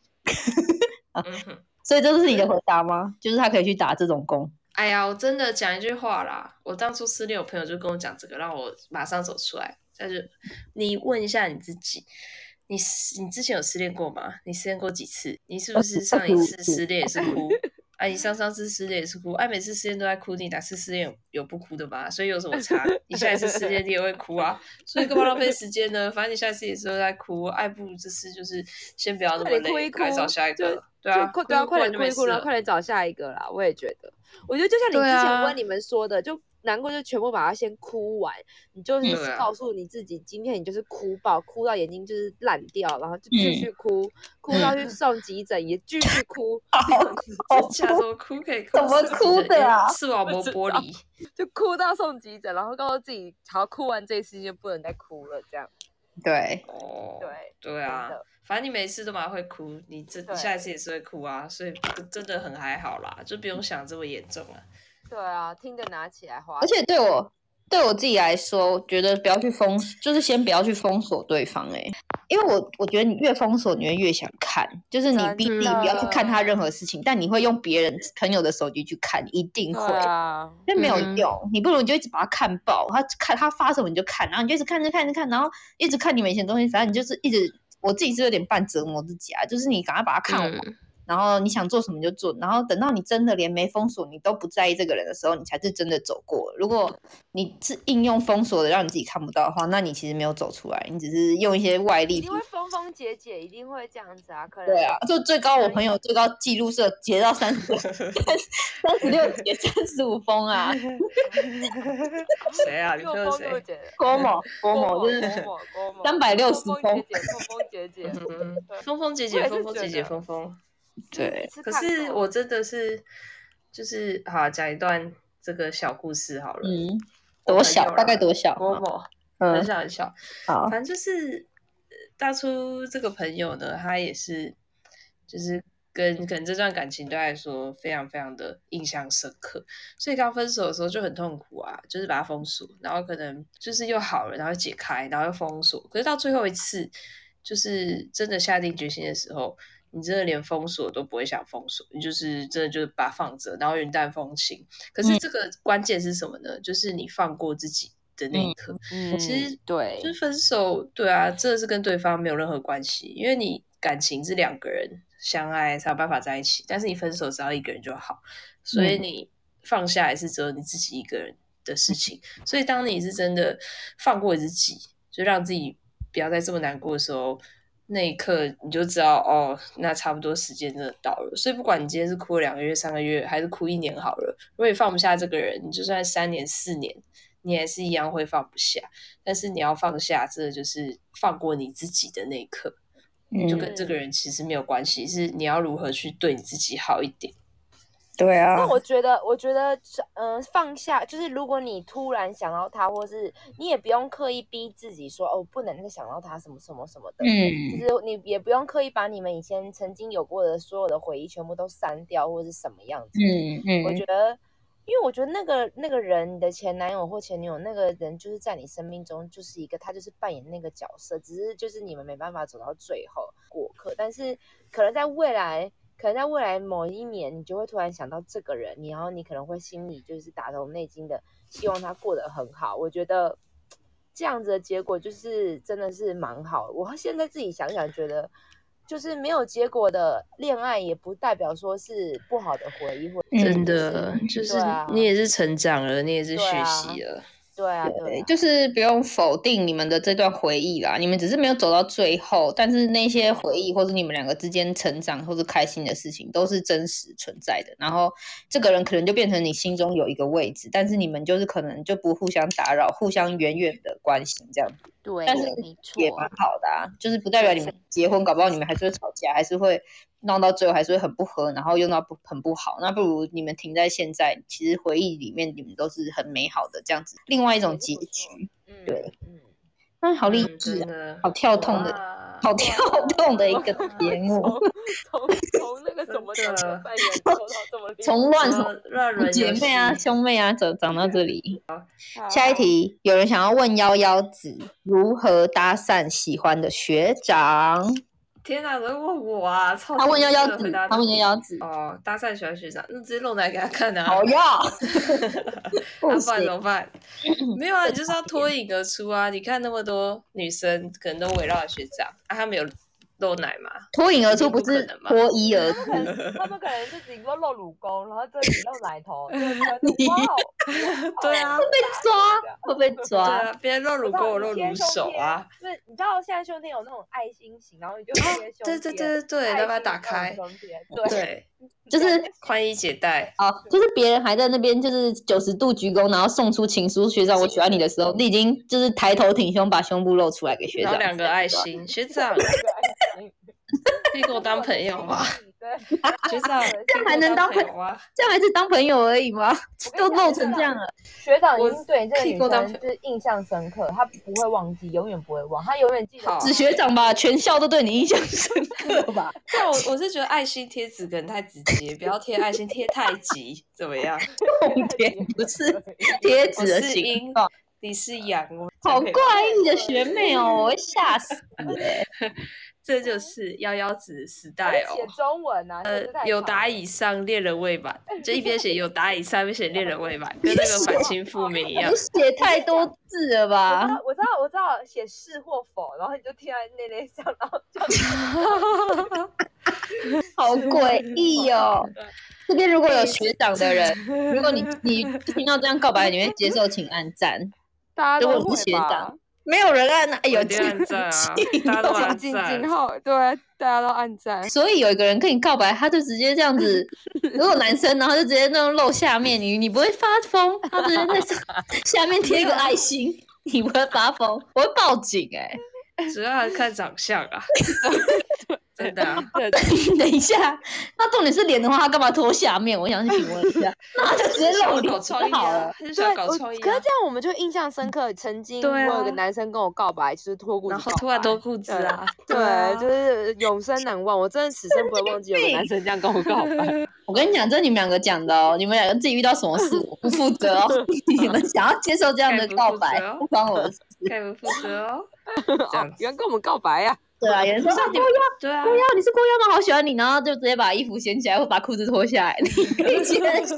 C: 嗯哼，
B: 所以这就是你的回答吗？就是他可以去打这种工。
C: 哎呀，我真的讲一句话啦，我当初失恋，我朋友就跟我讲这个，让我马上走出来。但是你问一下你自己，你失你之前有失恋过吗？你失恋过几次？你是不
A: 哦
C: 是上一 次失恋也是哭？啊，你上上次失恋也是哭，啊，每次失恋都在哭，你哪次失恋有有不哭的吗？所以有什么差？你下一次失恋你也会哭啊，所以干嘛浪费时间呢？反正你下一次也是都在哭，爱不如这次就是先不要那么
A: 快点哭
C: 累，
A: 一哭
C: 赶快找下一
A: 就
C: 个。对啊
A: 就，快对啊，
C: 哭一哭
A: 快点
C: 就
A: 哭
C: 没
A: 一哭，
C: 事
A: 然后
C: 了
A: 快点找下一个啦。我也觉得，我觉得就像你
C: 对
A: 之
C: 啊
A: 前问你们说的，就难过就全部把它先哭完，你就
C: 对
A: 是
C: 啊
A: 告诉你自己，今天你就是哭爆，哭到眼睛就是烂掉，然后就
C: 嗯
A: 继续哭，哭到去送急诊也继续哭，
B: 哦
C: 假如哭可以哭
B: 怎么哭的啊
C: 视网膜玻 璃，
A: 就哭到送急诊，然后告诉自己，好，哭完这一次就不能再哭了，这样。
B: 对，
C: 哦，
A: 对，
C: 对啊
A: 真的，
C: 反正你每次都蛮会哭，你这
A: 对
C: 下一次也是会哭啊，所以不真的很还好啦，就不用想这么严重啊。
A: 对啊，听着拿起来花，
B: 而且对我对我自己来说，我觉得不要去封，就是先不要去封锁对方哎、因为我我觉得你越封锁，你会越想看，就是你
A: 真
B: 逼自己
A: 的
B: 不要去看他任何事情，但你会用别人朋友的手机去看，一定会
A: 对。啊，
B: 因为没有
C: 嗯哼
B: 用，你不如你就一直把它看爆，他看他发什么你就看，然后你就一直看着看着看，然后一直看你们以前的东西，反正你就是一直，我自己是有点半折磨自己啊，就是你赶快把它看完，
C: 嗯
B: 然后你想做什么你就做，然后等到你真的连没封锁你都不在意这个人的时候，你才是真的走过了。如果你是应用封锁的让你自己看不到的话，那你其实没有走出来，你只是用一些外
A: 一
B: 力
A: 定会风风节节，一定会这样子啊，可能
B: 对啊，就最高我朋友最高记录是有截到三十六， 三十 六截三十五封啊，
C: 谁啊？你
A: 又
C: 朋友
A: 风
C: 谁
A: 又？节，
B: 郭某郭某
A: 某
B: 就是
A: 某郭某
B: 360
A: 风节节，风风节节，
C: 嗯， 风风姐姐，风风姐姐，风风。
B: 对
A: 一次
C: 可
A: 看
C: 是
A: 够
C: 我真的是，就是好讲一段这个小故事好了。
B: 嗯，
C: 我
B: 多
C: 朋
B: 小
C: 友
B: 大
C: 啦
B: 概多小
C: 某
B: 啊？
C: 某很
B: 嗯，
C: 小很小，
B: 好
C: 反正就是呃大初这个朋友呢，他也是，就是跟跟这段感情对他来说非常非常的印象深刻，所以刚分手的时候就很痛苦啊，就是把他封锁，然后可能就是又好了，然后解开，然后又封锁，可是到最后一次，就是真的下定决心的时候。你真的连封锁都不会想封锁，你就是真的就是把它放着，然后云淡风轻。可是这个关键是什么呢？就是你放过自己的那一刻，
A: 嗯
C: 其实
A: 对
C: 就是分手，对啊，这是跟对方没有任何关系，因为你感情是两个人相爱才有办法在一起，但是你分手只要一个人就好，所以你放下也是只有你自己一个人的事情。所以当你是真的放过自己，就让自己不要再这么难过的时候。那一刻你就知道哦，那差不多时间真的到了。所以不管你今天是哭了两个月、三个月，还是哭一年好了，如果你放不下这个人，你就算三年、四年，你还是一样会放不下。但是你要放下，这个就是放过你自己的那一刻，就
B: 嗯，
C: 跟这个人其实没有关系，是你要如何去对你自己好一点。
B: 对啊
A: 那我觉得，我觉得，嗯、放下就是，如果你突然想到他，或是你也不用刻意逼自己说，哦，不能再想到他什么什么什么的。就
B: 嗯，
A: 是你也不用刻意把你们以前曾经有过的所有的回忆全部都删掉，或者是什么样子。
B: 嗯
A: 我
B: 嗯
A: 觉得，因为我觉得那个那个人，你的前男友或前女友，那个人就是在你生命中就是一个，他就是扮演那个角色，只是就是你们没办法走到最后过客，但是可能在未来。可能在未来某一年，你就会突然想到这个人，你然后你可能会心里就是打从内心的希望他过得很好。我觉得这样子的结果就是真的是蛮好的。我现在自己想想，觉得就是没有结果的恋爱，也不代表说是不好的回忆或
B: 嗯
C: 真的，就是
A: 对啊
C: 你也是成长了，你也是
B: 啊
C: 学习了，
A: 对啊，对
B: 对，
A: 啊，
B: 就是不用否定你们的这段回忆啦，你们只是没有走到最后，但是那些回忆或者你们两个之间成长或者开心的事情都是真实存在的。然后这个人可能就变成你心中有一个位置，但是你们就是可能就不互相打扰，互相远远的关心这样子
A: 对
B: 但是
A: 没错
B: 也蛮好的啊。就是不代表你们结婚，搞不好你们还是会吵架，还是会闹到最后还是会很不和，然后又闹不很不好。那不如你们停在现在，其实回忆里面你们都是很美好的这样子，另外一种
A: 对
B: 结
A: 是不错
B: 局。
A: 嗯
B: 对，
A: 嗯，
B: 那好励
C: 嗯
B: 志
C: 真
B: 啊，
C: 的，
B: 好跳痛的，
C: 哇
B: 好跳痛的一个节目，
A: 从从那个什么角
C: 真的
A: 色扮演说到这么厉害
B: 从乱
C: 乱乱伦游戏
B: 姐妹啊、兄妹啊，走长到这里。
A: 好
B: 下一题，有人想要问幺幺子如何搭讪喜欢的学长？
C: 天哪，怎么问我啊？超
B: 他问幺幺
C: 真的
B: 子
C: 回答，
B: 他问幺幺子，
C: 哦，搭讪喜欢学长，那直接弄来给他看啊！
B: 好呀，
C: 那
B: 不
C: 不然怎
B: 行，
C: 么办？没有啊，你就是要脱颖而出啊！你看那么多女生，可能都围绕着学长，啊，他们有露奶嘛？
B: 脱颖而出不
C: 不可
B: 是
C: 能吧
B: 脱衣而出
A: 他，们可能他们可能就顶多露乳沟，然后这里露奶头，这里 露哇哦，
C: 对 啊，
B: 抓会 被
C: 对
B: 抓，
C: 啊，别人露乳
A: 我知道
C: 沟，我
A: 你
C: 露
A: 贴
C: 乳
A: 胸
C: 手
A: 贴
C: 啊！！
A: 就是你知道现在胸贴有那种爱心型，然后你就贴胸贴，
C: 对对对对对，
A: 爱
C: 要把它
A: 心
C: 打
A: 那种
C: 开，
A: 胸贴，对，
C: 对，
B: 就是
C: 宽衣解带，
B: 哦，就是别人还在那边就是九十度鞠躬，然后送出情书，学长我喜欢你的时候，你已经就是抬头挺胸，把胸部露出来给学
C: 然
B: 长
C: 后。两个 爱心，学长可以跟我当朋友吗？？
A: 对，
C: 学 长
A: 这
B: 样还能当
C: 朋友吗？
B: 这样还是当朋友而已吗？
A: 我
B: 都露
A: 跟你讲
B: 成这
C: 哦
B: 样了，
A: 学长
C: 我
A: 已经对这个
C: 可以
A: 女
C: 够当
A: 生就是印象深刻，他不会忘记，永远不会忘，他永远记得
C: 好
A: 她。
B: 子学长吧，全校都对你印象深 刻吧？
C: 但我我是觉得爱心贴纸可能太直接，不要贴爱心，贴太极怎么 样？
B: 重点 不是贴纸的形状，
C: 你是羊，我
B: 好
C: 才可以
B: 怪异的学妹哦，我会吓死欸
C: 这就是幺幺子时
A: 她
C: 代
A: 在写
C: 哦。
A: 中文啊，真是太
C: 有
A: 强
C: 达
A: 了哎
C: 以上恋人未满，就一边写有达以上，一边写恋人未满，跟那个反清复明一 样
B: 你。写 太多字了吧？
C: 啊
A: 我知道，我知道，我知道，写是或否，然后你就贴在那那上，然后就
B: 好诡异哦！这边如果有学长的人，如
D: 如
B: 果你你听到这样告白，你会接受，请按赞。
A: 大家
B: 如
A: 都
B: 果
A: 会
B: 你是学
A: 吧
B: 长，没有人按，哎呦
C: 有，点暗赞啊，大家都
A: 进
C: 暗
A: 进
C: 赞
A: 进，后，对，
D: 啊
A: 大家都暗赞。
B: 所以有一个人跟你告白，他就直接这样 子，如果男生，然后就直接那种露下面，你你不会发疯，他直接在 上下面贴一个爱心，你不会发疯，我会报警哎、
C: 主要还是看长相啊，真的啊，
A: 对，
B: 等一下，那重点是脸的话，他干嘛脱下面？我想去询问一下，那他就直接露
C: 想
B: 脸
C: 搞创意
B: 就好
C: 啊
B: 了。，
C: 他就
D: 对
C: 想，搞
D: 我
C: 创意
D: 可
C: 啊
D: 是这，样我们就印象深刻。曾经
C: 对
D: 我有个
C: 啊
D: 男生跟我告白，就是脱裤
C: 然
D: 子
C: 后
D: 告
C: 突然
D: 白
C: 脱裤子啊，啊
D: 对，就是永生难忘。我真的此生不会忘记有个男生这样跟我告 白。
B: 我跟你讲，这是你们两个讲的哦，你们两个自己遇到什么事，我不负责 哦。你们想要接受这样的告白
C: 该不负责哦，
B: 不关我的事。
C: 该不负责哦，这
D: 哦
C: 样，子
D: 有人跟我们告白呀、
B: 对啊，有人说啊，郭
C: 你
B: 幺，
C: 对啊，
B: 郭幺，你是郭幺吗？好喜欢你，然后就直接把衣服掀起来，或把裤子脱下来， 你可以接受。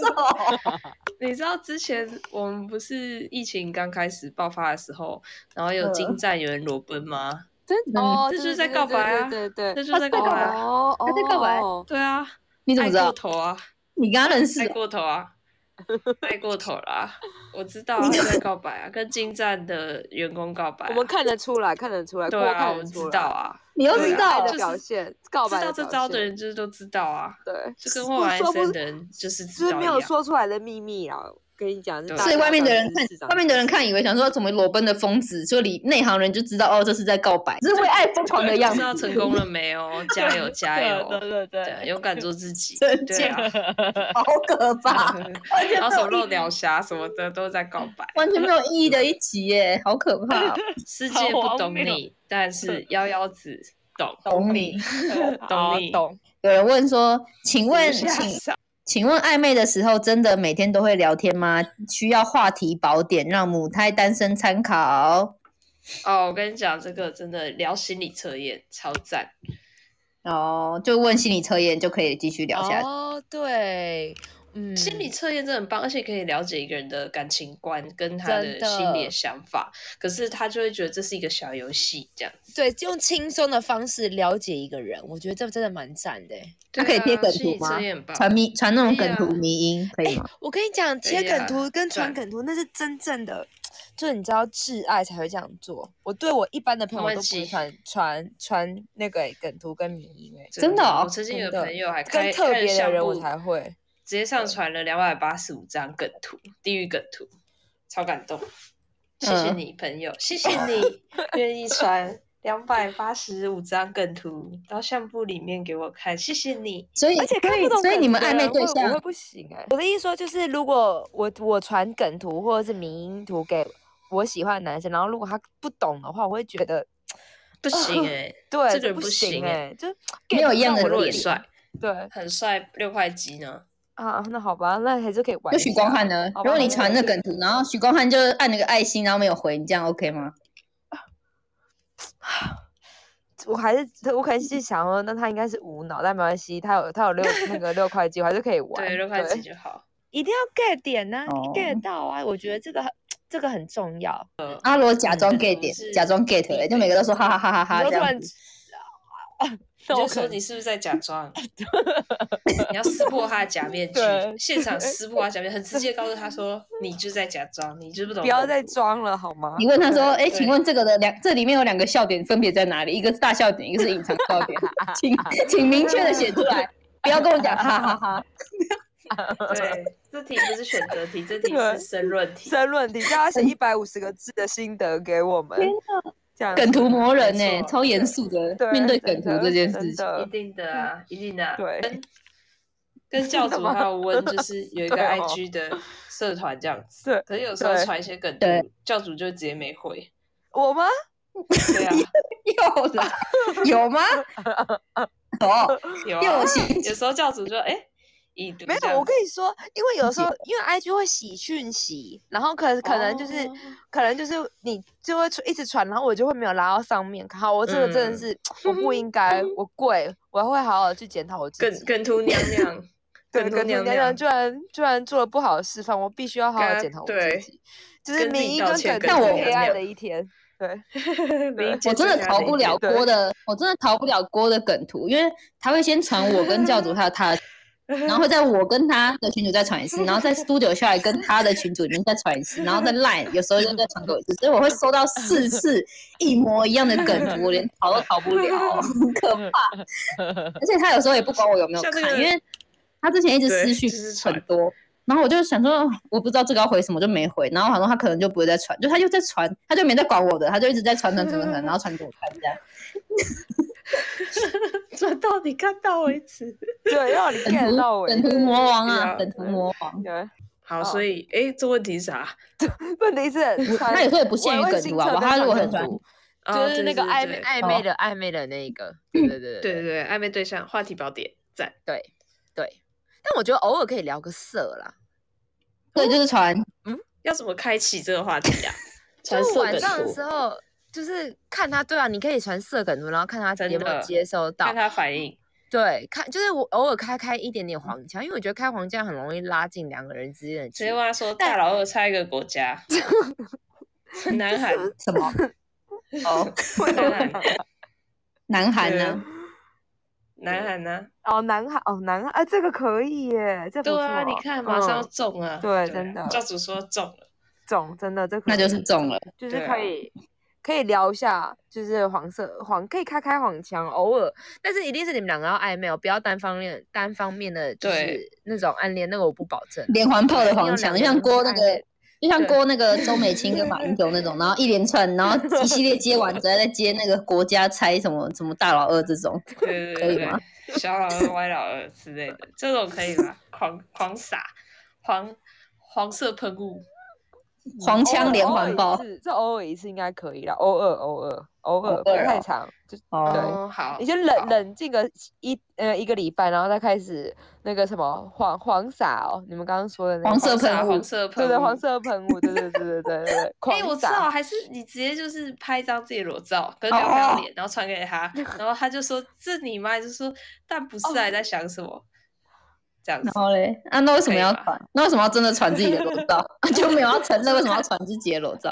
C: 你知道之前我们不是疫情刚开始爆发的时候，然后有
B: 嗯
C: 进站有人裸奔吗？
D: 真
B: 的
D: 哦，
C: 这
D: 对
C: 就是
D: 对
C: 在
D: 对
C: 告
D: 对
C: 白啊
D: 对对
C: 那
D: 对，
C: 就在告白啊，
D: 哦哦，
B: 他在告白
C: 对啊，
B: 你怎么知
C: 爱过？
B: 道
C: 头啊，
B: 你跟他认识
C: 爱
B: 哦？
C: 过头啊，爱过头啦！我知道啊
B: 你
C: 他在告白啊，跟进站的员工告白啊、
D: 我们看得出来，看得出来，
C: 对
D: 过
C: 啊，
D: 看
C: 我
D: 得
C: 们
D: 出
C: 知
D: 来
C: 道，啊，
B: 你又
D: 对
B: 知
D: 啊
B: 道
D: 爱
C: 就
D: 的
C: 是
D: 表现，告
C: 知
D: 白
C: 道
D: 的
C: 这
D: 表
C: 招的
D: 现
C: 人就是都知道啊，
D: 对，
C: 就跟后来
D: 说不
C: 生的人就是知
D: 就
C: 道
D: 是没
C: 一
D: 有
C: 样
D: 说出来的秘密啊。跟你讲，
C: 对
D: 大
B: 所以
D: 家
B: 外面的
D: 长
B: 人
D: 知识
B: 看，
D: 长
B: 外面的人
D: 知识
B: 看以为想说怎么裸奔的疯子，就里内行人就知道哦，这是在告白，这是为爱疯狂的样
C: 不知道
B: 子。
C: 成功了没 有？加油加油！
A: 对对
C: 对，勇敢做自己，
B: 真
C: 对啊，
B: 好可怕，
C: 然后什么露鸟侠什么的都在告白。
B: 完全没有意义的一集耶，好可 怕。哦
C: 世界不
A: 好
C: 懂
A: 荒
C: 你，但是幺幺子懂。
B: 懂你。
A: 对，
C: 懂你
A: 懂。
B: 有人问说，请问，
C: 吓
B: 请
C: 傻
B: 请问暧昧的时候真的每天都会聊天吗？需要话题宝典让母胎单身参考。
C: 哦，我跟你讲，这个真的聊心理测验超赞。
B: 哦，就问心理测验就可以继续聊下去。
D: 哦，对，嗯，
C: 心理测验真的很棒，而且可以了解一个人的感情观跟他的
D: 真的
C: 心理的想法。可是他就会觉得这是一个小游戏，这样。
D: 对，用轻松的方式了解一个人，我觉得这真的蛮赞的欸。
B: 它可以
C: 对
B: 贴
C: 啊
B: 梗图
C: 心理测
B: 吗
C: 验很棒。
B: 传迷传那种
C: 可以
B: 梗
C: 啊
B: 图迷音可以吗？
D: 我跟你讲，贴
C: 哎呀
D: 梗图跟传
C: 赞
D: 梗图那是真正的，就你知道挚爱才会这样做。我对我一般的朋友
C: 没
D: 都不
C: 关
D: 会
C: 系
D: 传传传那个欸梗图跟迷音哎，
B: 真的哦
C: 我曾经有
D: 真的
C: 朋友还开
D: 跟特别的人我。
C: 开了
D: 才
C: 相簿
D: 会。
C: 直接上传了两百八十五张梗图，地狱梗图，超感动。谢
B: 嗯
C: 谢你，朋友，谢谢 你愿意传两百八十五张梗图到相簿里面给我看，谢谢你。
B: 所以
D: 而且看不懂
B: 所以
D: 梗
B: 你们
D: 图的
B: 暧昧
D: 人
B: 对
D: 会我会
B: 象
D: 不行哎、我的意思说就是，如果我我传梗图或者是迷音图给我喜欢的男生，然后如果他不懂的话，我会觉得
C: 不行哎、
B: 欸
D: 对
C: 这个人
D: 不
C: 不行
D: 哎、就
B: 没有
D: get
B: 一样
D: 不
B: 的
D: 到
C: 我如果
D: 我
C: 很
B: 点
C: 帅，
D: 对
C: 很帅，六块肌呢？
D: 啊，那好吧，那还是可以玩
B: 就
D: 一下。
B: 许光汉呢？
D: 好吧
B: 如果你
D: 好吧
B: 传那
D: 好吧
B: 梗图，然后许光汉就按那个爱心，然后没有回，你这样 OK
D: 嗯
B: 吗？
D: 我还是我可能是想说，那他应该是无脑，但没关系，他有 他有六那个六块肌，我还是可以玩。
C: 对，六块肌就好。
D: 一定要 get 点呢、
B: 哦
D: g e t 到啊！我觉得这个很这个很重要。
B: 阿罗啊假装
C: 嗯
B: get 点
C: 是，
B: 假装 get，欸就每个都说哈哈哈哈哈
D: 你就
B: 这
D: 突
B: 样
D: 然
B: 子。
C: 你
D: 那我
C: 就
D: 可
C: 说
D: 能
C: 你是不是在假 装？你要撕破他的假面具，
D: 对
C: 现场撕破他假面，很直接告诉他说，你就在假装，你就不懂。
D: 不要再装了好吗？
B: 你问他说，哎，
C: 对
B: 请问这个的两这里面有两个笑点分别在哪里？一个是大笑点，一个是隐藏笑 点，请请明确的写出来，不要跟我讲哈哈 哈。
C: 对，这题不是选择题，这题
D: 对
C: 是申论题。
D: 申论题，叫他写一百五十个字的心得给我们
B: 天，
D: 这样
B: 梗图魔人
C: 没
B: 呢，
C: 错
B: 超严肃的
D: 对
B: 面对梗
D: 真
B: 图这
D: 的
B: 件事
D: 真
B: 情。
D: 的
C: 一定的啊，一定的、啊。
D: 对
C: 跟跟教主还有温，就是有一个
D: 对哦
C: IG 的社团这样子。
D: 对
C: 可是有时候
D: 对
C: 传一些梗图
B: 对，
C: 教主就直接没回。
D: 我吗？
C: 对啊，
B: 又来，有 吗？有，
C: 有
B: 因为
C: 啊
B: 我。心
C: 有时候教主就哎，已读
D: 没
C: 这
D: 有，
C: 样
D: 我
C: 子
D: 跟你说，因为有时候因为 IG 会洗讯息，然后可可能就是、
C: 哦
D: 可能就是你就会一直传，然后我就会没有拉到上面。好，我这个真的
C: 嗯
D: 是、我不应该，
B: 嗯
D: 我跪，我会好好去检讨我自
C: 梗
D: 己。
C: 梗图娘娘，
D: 对，
C: 梗
D: 跟娘
C: 娘
D: 娘居然居然做了不好的示范，我必须要好好
C: 该
D: 检讨我
C: 对
D: 自己。就是
C: 跟自己
D: 民意
C: 道
D: 跟
C: 歉
D: 梗
C: 跟
D: 图
B: 自己
D: 黑
C: 道
D: 暗
C: 歉
D: 的一天。 对，
C: 理解
B: 我真的逃不了
D: 对
B: 郭的，我真的逃不了郭的梗图，因为他会先传我跟教主还有他的 然后会在我跟他的群主再传一次，然后在 studio 下来跟他的群主里面再传一次，然后再 line 有时候又再传给我一次，所以我会收到四次一模一样的梗图，我连逃都逃不了， 很可怕。而且他有时候也不管我有没有
C: 像
B: 看
C: 这个，
B: 因为他之前一直
C: 对
B: 私讯
C: 就是传
B: 很多，然后我就想说，我不知道这个要回什么，我就没回。然后我想说他可能就不会再传，就他又在传，他就没在管我的，他就一直在传传传传 传，然后传给我看这样。
C: 转到你看到为止。
D: 对，要你
B: 梗
D: get 到
B: 图
D: 我。
B: 梗图魔王
C: 是
B: 啊
C: 啊，
B: 梗图魔王。
D: 对，
C: 好，
D: 哦
C: 所以哎，这问题是啥？
D: 问题 是传，
B: 那有时候也不限于
D: 我也会
B: 梗
D: 欣
B: 图啊，
D: 赏
B: 我
D: 对
B: 他如
D: 方
B: 果
D: 梗
B: 很喜欢
D: 图
C: 哦
A: 就是那个暧昧暧昧的暧昧的那 一个，对对
C: 对
A: 对
C: 对对，暧昧对象话题宝典赞。
A: 对对。但我觉得偶尔可以聊个色啦，
B: 对，就是传
C: 要怎么开启这个话题啊？传
A: 就是
C: 色
A: 晚
C: 梗
A: 上的
C: 图
A: 时，候，就是看他对啊，你可以传色梗图，然后看他
C: 真
A: 有没有
C: 的
A: 接收到
C: 看。他反应。
A: 对，看就是我偶尔开开一点点黄腔，因为我觉得开黄腔很容易拉近两个人之间的距
C: 直
A: 离
C: 接。问他说：“大老二猜一个国家。”很难喊，
B: 什 么？哦，
C: 很难喊，
B: 南韩啊
C: 对
B: 呢？
C: 难喊呢？
D: 哦，南海哦，南海，哎，这个可以耶，这不
C: 对啊，
D: 错
C: 你看马上要
D: 嗯
C: 中啊！
D: 对
C: 啊
D: 真的
C: 教主说中了，
D: 中，真的这可
B: 那就
D: 以
B: 是中 了。
D: 就是
C: 对啊
D: 可以、可以聊一下，就是黄色黄可以开开黄腔，偶尔，
A: 但是一定是你们两个要暧昧哦，不要单方面单方面的，就
C: 对
A: 是那种暗恋，那个我不保证。
B: 连环炮的黄
A: 一定要两
B: 腔，
A: 个
B: 就像郭那
A: 人暧
B: 个
A: 昧，
B: 就像郭那个周美青跟马英九那种，然后一连串，然后一系列 接完，之后再接那个国家猜什么什么大老二这种，
A: 哦
C: 对对
B: 可以
C: 对对
B: 吗，
C: 小老二、歪老二之类的，这种可以吗？狂狂撒黄黄色喷雾，
B: 黄
D: 偶
B: 腔
D: 尔
B: 连
D: 偶
A: 哦
B: 环
D: 尔一
B: 炮。
D: 次这偶尔一次应该可以啦，偶尔偶尔偶尔，
B: 偶
D: 不要
B: 尔
D: 太
B: 哦
D: 长，就对。
B: 哦，
C: 哦，好，
D: 你就
C: 好
D: 冷冷静个一呃一个礼拜，然后再开始那个什么黄黄撒哦，你们刚刚说的那个
B: 黄色
C: 黄撒
B: 喷雾
C: 黄色喷
D: 对
C: 雾，
D: 对黄。色喷雾，对对对对对对对，狂
C: 哎、我知
D: 撒
C: 道，还是你直接就是拍一张自己的裸照，
D: 哦
C: 跟聊聊脸，然后传给他，然后他就说这你妈，就说但不是啊，
D: 哦
C: 你在想什么？这样子
B: 然，后嘞，啊，那为什么要
C: 可以吧
B: 传？那为什么要真的传自己的裸照？ 啊就没有要承认为什么要传自己的 裸照？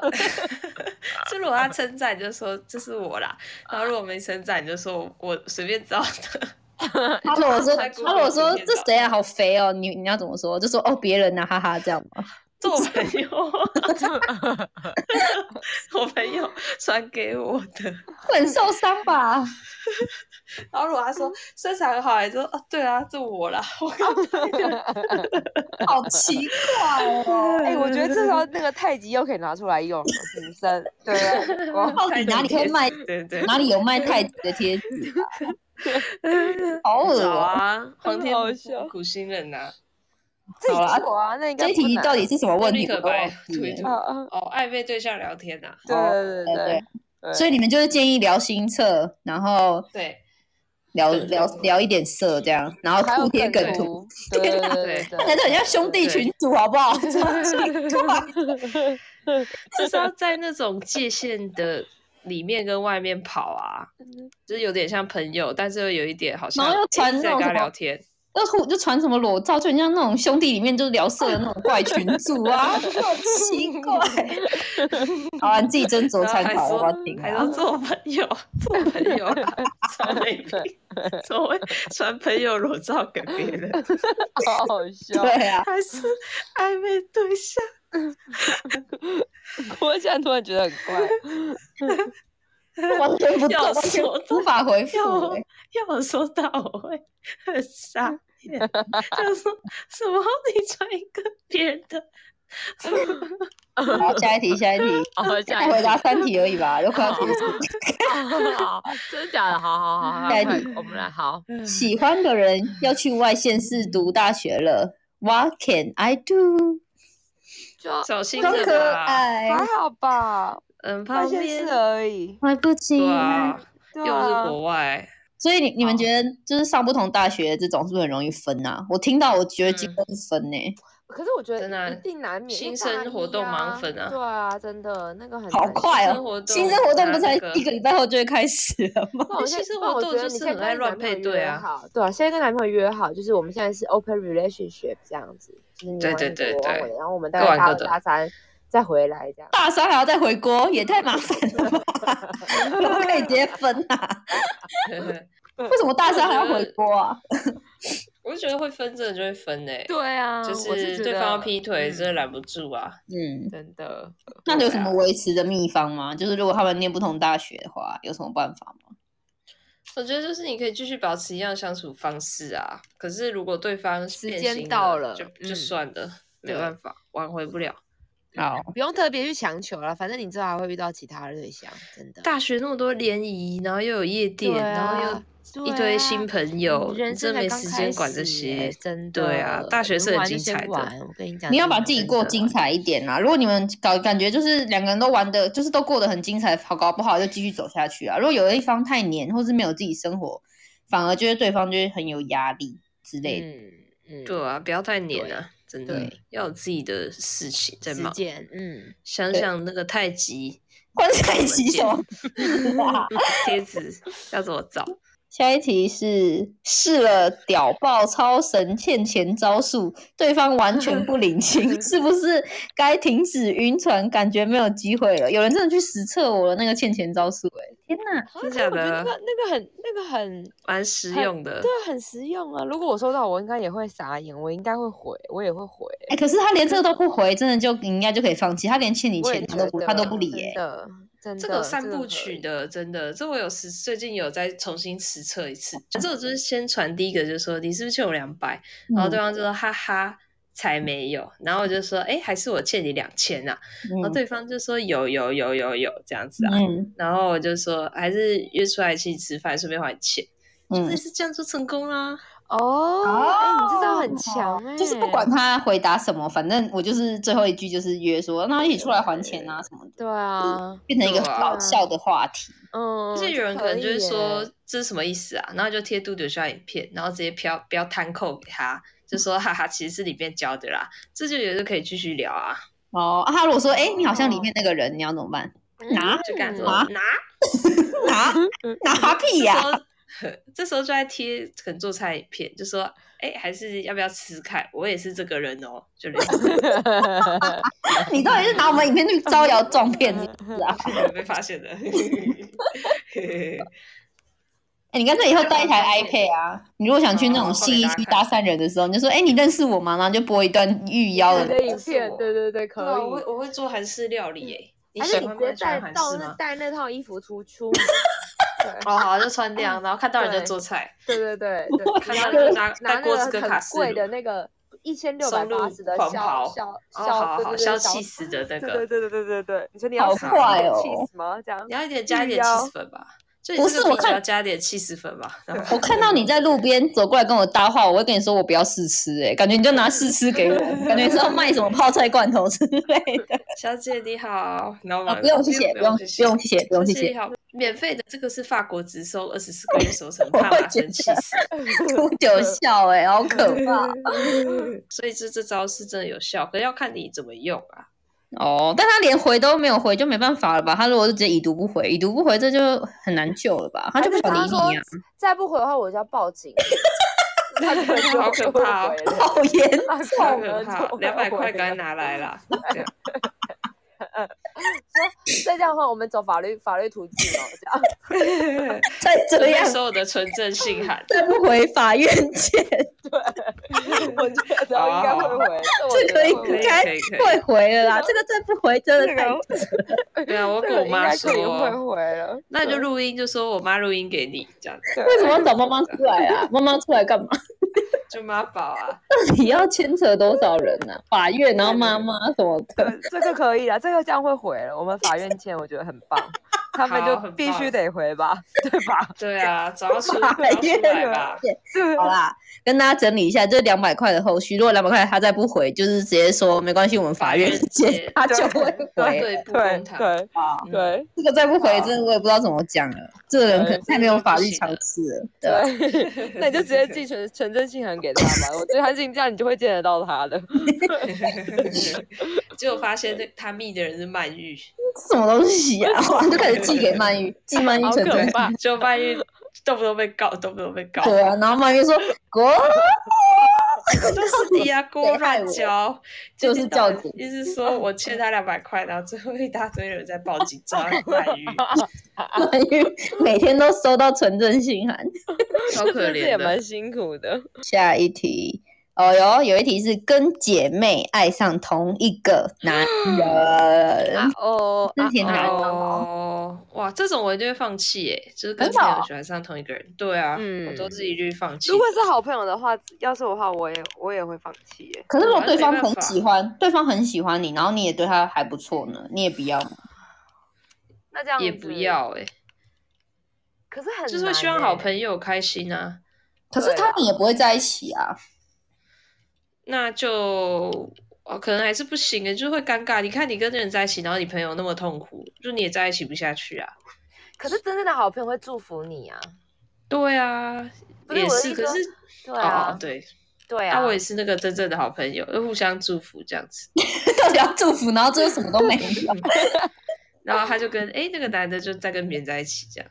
C: 就如果他称赞，你就说这是我啦；然后如果没称赞，你就说我随便找的。
B: 他如果说，
C: 在
B: 他如果说
C: Google
B: 这谁啊，好肥哦，你你要怎么说？就说哦别人呐、啊，哈哈，这样吗？
C: 做朋友，我朋友传给我的。
B: 会很受伤吧？
C: 然后如果他 说身材很好，你就说哦，对啊，这我啦。我刚
B: 好奇怪哦！
D: 哎、我觉得这时候那个太极又可以拿出来用了，女生对啊，我
B: 到底哪里会卖？
C: 对对，
B: 哪里有卖太极的贴纸啊？好恶
C: 找
B: 哦！
C: 啊，皇天
D: 好
C: 不
D: 笑
C: 负苦心人呐、啊
D: 自己
B: 好啦
D: 做啊，那应该
B: 这一
D: 不
B: 题
D: 难
B: 到底是什么问题？
C: 立刻
B: 我都忘
C: 白
B: 记
C: 推
B: 了
C: 脱
D: 啊啊，
C: 哦，暧昧对象聊天呐、啊
D: 对对对对对，
B: 所以你们就是建议聊新策，然后
C: 对
B: 聊
C: 对
B: 聊聊一点色这样，然后
D: 还有
B: 互贴梗图，，
D: 对对
C: 对
D: 对
C: 对
D: 对
C: 对
B: 看起来
D: 对，
B: 就很像兄弟群主，好不 好？超奇怪
C: 就是要在那种界限的里面跟外面跑啊，就是有点像朋友，但是又有一点好像
B: 然后又
C: 诶
B: 传那
C: 在
B: 种
C: 跟他
B: 什么
C: 聊天，
B: 要互就传什么裸照，就很像那种兄弟里面就是聊色的那种怪群主 啊，好奇怪。好啊，你自己斟酌
C: 然后
B: 参
C: 还
B: 考要不要
C: 说
B: 听
C: 还说
B: 啊？
C: 做朋友，做朋友啊，传美 屁，怎么会传朋友裸照给别人？
D: 好好笑。
B: 对啊，
C: 还是暧昧对象？
D: 我现在突然觉得很怪，
B: 完全不对，
C: 要
B: 完全
C: 说
B: 无法回复、
C: 要
B: 欸。
C: 要我说到我会很傻 眼，就说什么你传一个别人的，
B: 好，下一题，下一题，
A: 哦，这样
B: 再回答三题而已吧，有可能结束。
A: 好，真的假的？好好好，好
B: 下一
A: 快
B: 题
A: 我们来好。
C: 嗯
B: 喜欢的人要去外县市读大学了，What can I do？
A: 就
C: 小心
B: 好
C: 着
B: 可
C: 吧，
B: 爱，
D: 还好吧，
C: 很
D: 发
C: 旁
D: 现
C: 边
D: 是，而已，
B: 买不起
C: 对。啊，
D: 对
C: 又
D: 啊
C: 是，国外，
B: 所以你你们觉得就是上不同大学这种是不是很容易分啊？我听到我觉得几
C: 嗯
B: 乎是分呢、
D: 可是我觉
C: 真的啊
D: 得一定难免，因为
C: 新生
D: 大
C: 活动
D: 一啊
C: 忙粉啊
D: 对啊，真的那个很
B: 好
D: 难
A: 哎
B: 快
C: 新生活
B: 哦！
C: 动
B: 新生活动不
C: 拿
B: 是才
C: 啊那个
B: 一个礼拜后就会开始了吗？
D: 那我
C: 那
D: 现
C: 其
D: 在
C: 实
D: 那
C: 哦活
D: 我
C: 动
D: 觉得
C: 就
D: 你
C: 是
D: 现
C: 很
D: 在跟
C: 爱
D: 你
C: 乱
D: 男朋友
C: 配对
D: 约
C: 啊
D: 好，对啊，现在跟男朋友约好，就是我们现在是 open relationship 这样子，就是你
C: 对
D: 玩
C: 对
D: 你的
C: 对
D: 我玩
C: 对
D: 我的，然后我们大
C: 各
D: 概
C: 玩
D: 大
C: 各
D: 二
C: 的
D: 大三
A: 再回来这样。
B: 大烧还要再回锅，也太麻烦了吧？ 可不可以直接分啊？为什么大烧还要回锅啊？
C: 我就觉得会分，真的就会分诶、
D: 对啊，
C: 就
D: 我是觉
C: 对
D: 得
C: 方要劈腿，真的
D: 嗯
C: 拦不住啊。
B: 嗯，
D: 真的。
B: 那有什么维持的秘方吗？就是如果他们念不同大学的话，有什么办法吗？
C: 我觉得就是你可以继续保持一样相处方式啊，可是如果对方
D: 时
C: 变
D: 间
C: 心
D: 到
C: 了，
D: 了
C: 就就
D: 嗯
C: 算了，没
D: 对
C: 办法，挽回不了。
B: 好，
D: 不用特别去强求了，反正你之后还会遇到其他的对象，真的。
C: 大学那么多联谊，然后又有夜店，
D: 对啊
C: 然后又一
D: 对
C: 堆
D: 啊
C: 新朋
D: 你
C: 友，
D: 人
C: 真
D: 生
C: 没
D: 才刚
C: 时
D: 开
C: 间管这
D: 始
C: 些
D: 耶。真的。
C: 对啊大学是很
D: 能玩就
C: 精
D: 先
C: 彩的
D: 玩我跟你讲，
B: 你要把
D: 真的
B: 自己
D: 真
B: 过
D: 的
B: 精彩一点啊啦。如果你们搞感觉就是两个人都玩的，就是都过得很精彩，好搞不好就继续走下去啊。如果有一方太黏，或是没有自己生活，反而就是对方就会很有压力之类的。
D: 嗯嗯，
C: 对啊，不要太黏啊，真的
B: 对
C: 要有自己的事情在
D: 时
C: 忙。
D: 间，嗯，
C: 想
B: 对
C: 想那个太 极
B: 关在一起什么？
C: 嗯贴纸要怎么 找？
B: 下一题是试了屌爆超神欠钱招数，对方完全不领 情，是不是该停止晕船？感觉没有机会了。有人真的去实测我的那个欠钱招数、欸，天哪！
D: 啊
C: 真
D: 可是
C: 假
D: 我觉得
C: 的
D: 那个那个很那个很
C: 蛮实
D: 很
C: 用的
D: 对，，很实用啊。如果我收到，我应该也会傻眼，我应该会回，我也会回，
B: 哎、可是他连这个都不回，真的就你应该就可以放弃。他连欠你
D: 我也
B: 钱他都
D: 觉
B: 不
D: 得啊
B: 他都不理
D: 真
B: 哎、
D: 的，真的
C: 这个有三
D: 个
C: 部
D: 可
C: 曲
D: 以
C: 的，真的，这我有实最近有再重新实测一次。这我就是先传第一个，就是说你是不是欠我两百、0然后对啊
B: 嗯
D: 嗯
C: 方就说哈哈才没有，然后我就说哎还是我欠你两千啊，然后
B: 嗯
C: 对方就说有有有有有这样子啊，
B: 嗯
C: 然后我就说还是约出来一起吃饭，顺便还你钱，类
B: 嗯，
C: 似这样就成功啊啦、
D: 哦，哎，你这招很
B: 哦
D: 强哎，
B: 就是不管他回答什么，反正我就是最后一句就是约说，那一起出来还钱啊什么的，
D: 对啊，
B: 变成一个
C: 对啊
B: 搞笑的话题。
D: 嗯，
C: 而且有
D: 这
C: 人可能就
D: 以
C: 会说
D: 耶，
C: 这是什么意思啊？然后就贴嘟嘟小影片，然后直接标标摊扣给他，就说哈哈，其实是里面教的啦。这就也是可以继续聊啊，
B: 哦，啊、他如果说，哎、你好像里面那个人，你要怎么办？拿
C: 就敢说
B: 嗯
C: 拿。
B: 拿拿屁
C: 这
B: 呀、
C: 时候 这时候就在贴可能做菜影片，就说哎，还是要不要吃吃看？我也是这个人哦，就 类似
B: 你到底是拿我们影片去招摇撞骗是不是啊？
C: 被发现的。
B: 哎、你干脆以后带一台 iPad 啊！你如果想去那种
C: 哦
B: 信义
C: 放给
B: 区
C: 大家
B: 搭
C: 看
B: 讪人的时候，你就说：“哎、你认识我吗？”然后就播一段御邀
A: 对
B: 的那
A: 你的
B: 个。
A: 影
C: 是
A: 片，
C: 我
A: 对对对，可
C: 对啊，我会
A: 以。
C: 我会做韩式料理
B: 嗯
C: 诶。你
A: 还
C: 喜
A: 是你直
C: 欢吗？喜
A: 接
C: 欢
A: 带
C: 韩
A: 到
C: 式
A: 那
C: 吗？
A: 带那套衣服出出
C: 哦，好，就穿这样，然后看到人就
A: 对
C: 做菜。
A: 对对对对
C: 看 到
A: 对，然后
C: 那个
A: 就
C: 拿
A: 拿
C: 拿
A: 那
C: 锅子
A: 个
C: 跟卡
A: 很
C: 式
A: 贵的
C: 炉
A: 那个一千六百八十的
C: 狂
A: 小
C: 跑
A: 小
C: 哦，好好
A: 小
C: 好，消
A: 消
C: 气死的那
A: 对对
C: 个，
A: 对对对对对，你说你要
B: 好
A: 吃
B: 快哦
A: cheese 吗？这样
C: 你要一点加一点
A: 玉腰
C: 气死粉吧，就你
B: 不
C: 这个
B: 是我
C: 啤酒
B: 看
C: 要加一点气死粉吧，然后
B: 我看到你在路边走过来跟我搭话，我会跟你说我不要试吃、哎，感觉你就拿试吃给我，感觉是要卖什么泡菜罐头之类 的。
C: 小姐你好，然后
B: 啊，
C: 完
B: 不用
C: 了
B: 谢谢，不用
C: 谢
B: 不用谢谢，不用谢
C: 小姐你
B: 谢。
C: 好，免费的这个是法国直收，二十四个月熟成，怕
B: 我
C: 麻
B: 觉
C: 生
B: 得
C: 气死，
B: 哭九笑、哎，好 可怕
C: 所以这这招是真的有效，可是要看你怎么用啊。
B: 哦！但他连回都没有回，就没办法了吧？他如果是直接已读不回，已读不回这就很难救了吧？他就不想理
A: 还是他
B: 你啊
A: 说！再不回的话我就要报警。 他就会
C: 好可怕哦
A: 哦！
B: 好严
C: 好
A: 太
C: 可怕，两百块赶快拿来啦！这 样
A: 再这样的话，我们走法律法律途径哦，这样。
B: 再这
C: 准备
B: 样，
C: 所有的纯正信函，
B: 再不回法院见，
A: 我觉得应该会回，
B: 哦这可以
A: 我觉
C: 可以
A: 得会回
B: 应该
C: 可以可以
B: 会回了啦。这个再不回真的太
A: 这……个
C: 对啊，我
A: 这
C: 跟
A: 个
C: 我
A: 应
C: 妈
A: 该
C: 说
A: 可以，会回了。
C: 那就录音，就说我妈录音给你，这样子
B: 为什么要找妈妈出来啊？妈妈出来干嘛？
C: 就妈宝 啊。
B: 到底要牵扯多少人呢、啊？ 法院，然后妈妈什么的。
A: 对这个可以啊，这个这样会回了。我们法院见，我觉得很 棒，他们
C: 好很
A: 就
C: 棒
A: 必须得回吧，对吧？
C: 对啊，找到出找到出来吧。
A: 对
B: 好啦，跟大家整理一下，这两百块的后续，如果两百块他再不回，就是直接说没关系，我们法院
C: 法院
B: 见
C: 见，
B: 他就会回。
C: 对不
A: 对
C: 公堂，
A: 对
B: 啊，
C: 嗯
A: 对
B: 这个再不回，真的我也不知道怎么讲了。这个人可能太没有法律常识了。对 啊，
A: 对，那你就直接寄存存真信函给他吧，我觉得他信这样你就会见得到 他的。
C: 结果发现那他密的人是曼玉，
B: 这什么东西啊？哇，就开始寄给曼玉，寄曼玉
A: 好
B: 存
A: 可
B: 真哦
A: 怕！
B: 啊
C: 结果曼玉动不动被告，动不动被告。
B: 对啊，然后曼玉说：“哥，
C: 都是你啊，锅乱交，
B: 就是
C: 一天
B: 叫
C: 到晚
B: 你
C: 一直说我欠他两百块，然后最后一大堆人在报警抓鳗鱼，
B: 关于每天都收到纯正信函。
C: 超
D: 这
C: 可
D: 也
C: 怜的
D: 蛮。辛苦的。
B: 下一题，哦哟，有一题是跟姐妹爱上同一个男人，
D: 啊哦，
B: 这
D: 啊
B: 挺难的
C: 哦， 哇，这种我一定会放弃耶，就是跟
B: 真的
C: 朋
B: 哦
C: 友喜欢上同一个人，对啊，
D: 嗯
C: 我都是一律放弃。
A: 如果是好朋友的话，要是我的话，我也我也会放弃耶。
B: 可是如果
C: 完
B: 对
C: 没
B: 方
C: 办
B: 很
C: 法
B: 喜欢，对方很喜欢你，然后你也对他还不错呢，你也不要吗？
A: 那这样
C: 也不
A: 子，
C: 要哎，
A: 可是很
C: 就是会
A: 难欸
C: 希望好
A: 耶
C: 朋友开心啊。
B: 可是
A: 对
B: 他
A: 啦
B: 们也不会在一起啊。
C: 那就哦，可能还是不行的，就是会尴尬。你看你跟人在一起，然后你朋友那么痛苦，就你也在一起不下去啊。
A: 可是真正的好朋友会祝福你啊，
C: 对啊，
A: 不是
C: 也
A: 我的
C: 是，
A: 意
C: 可
A: 思
C: 是
A: 对啊，
C: 哦，对，
A: 对
C: 那、
A: 啊，
C: 我也是那个真正的好朋友，就互相祝福这样子。
B: 到底要祝福，然后最后什么都没有。
C: 然后他就跟哎那个男的就在跟别人在一起这样，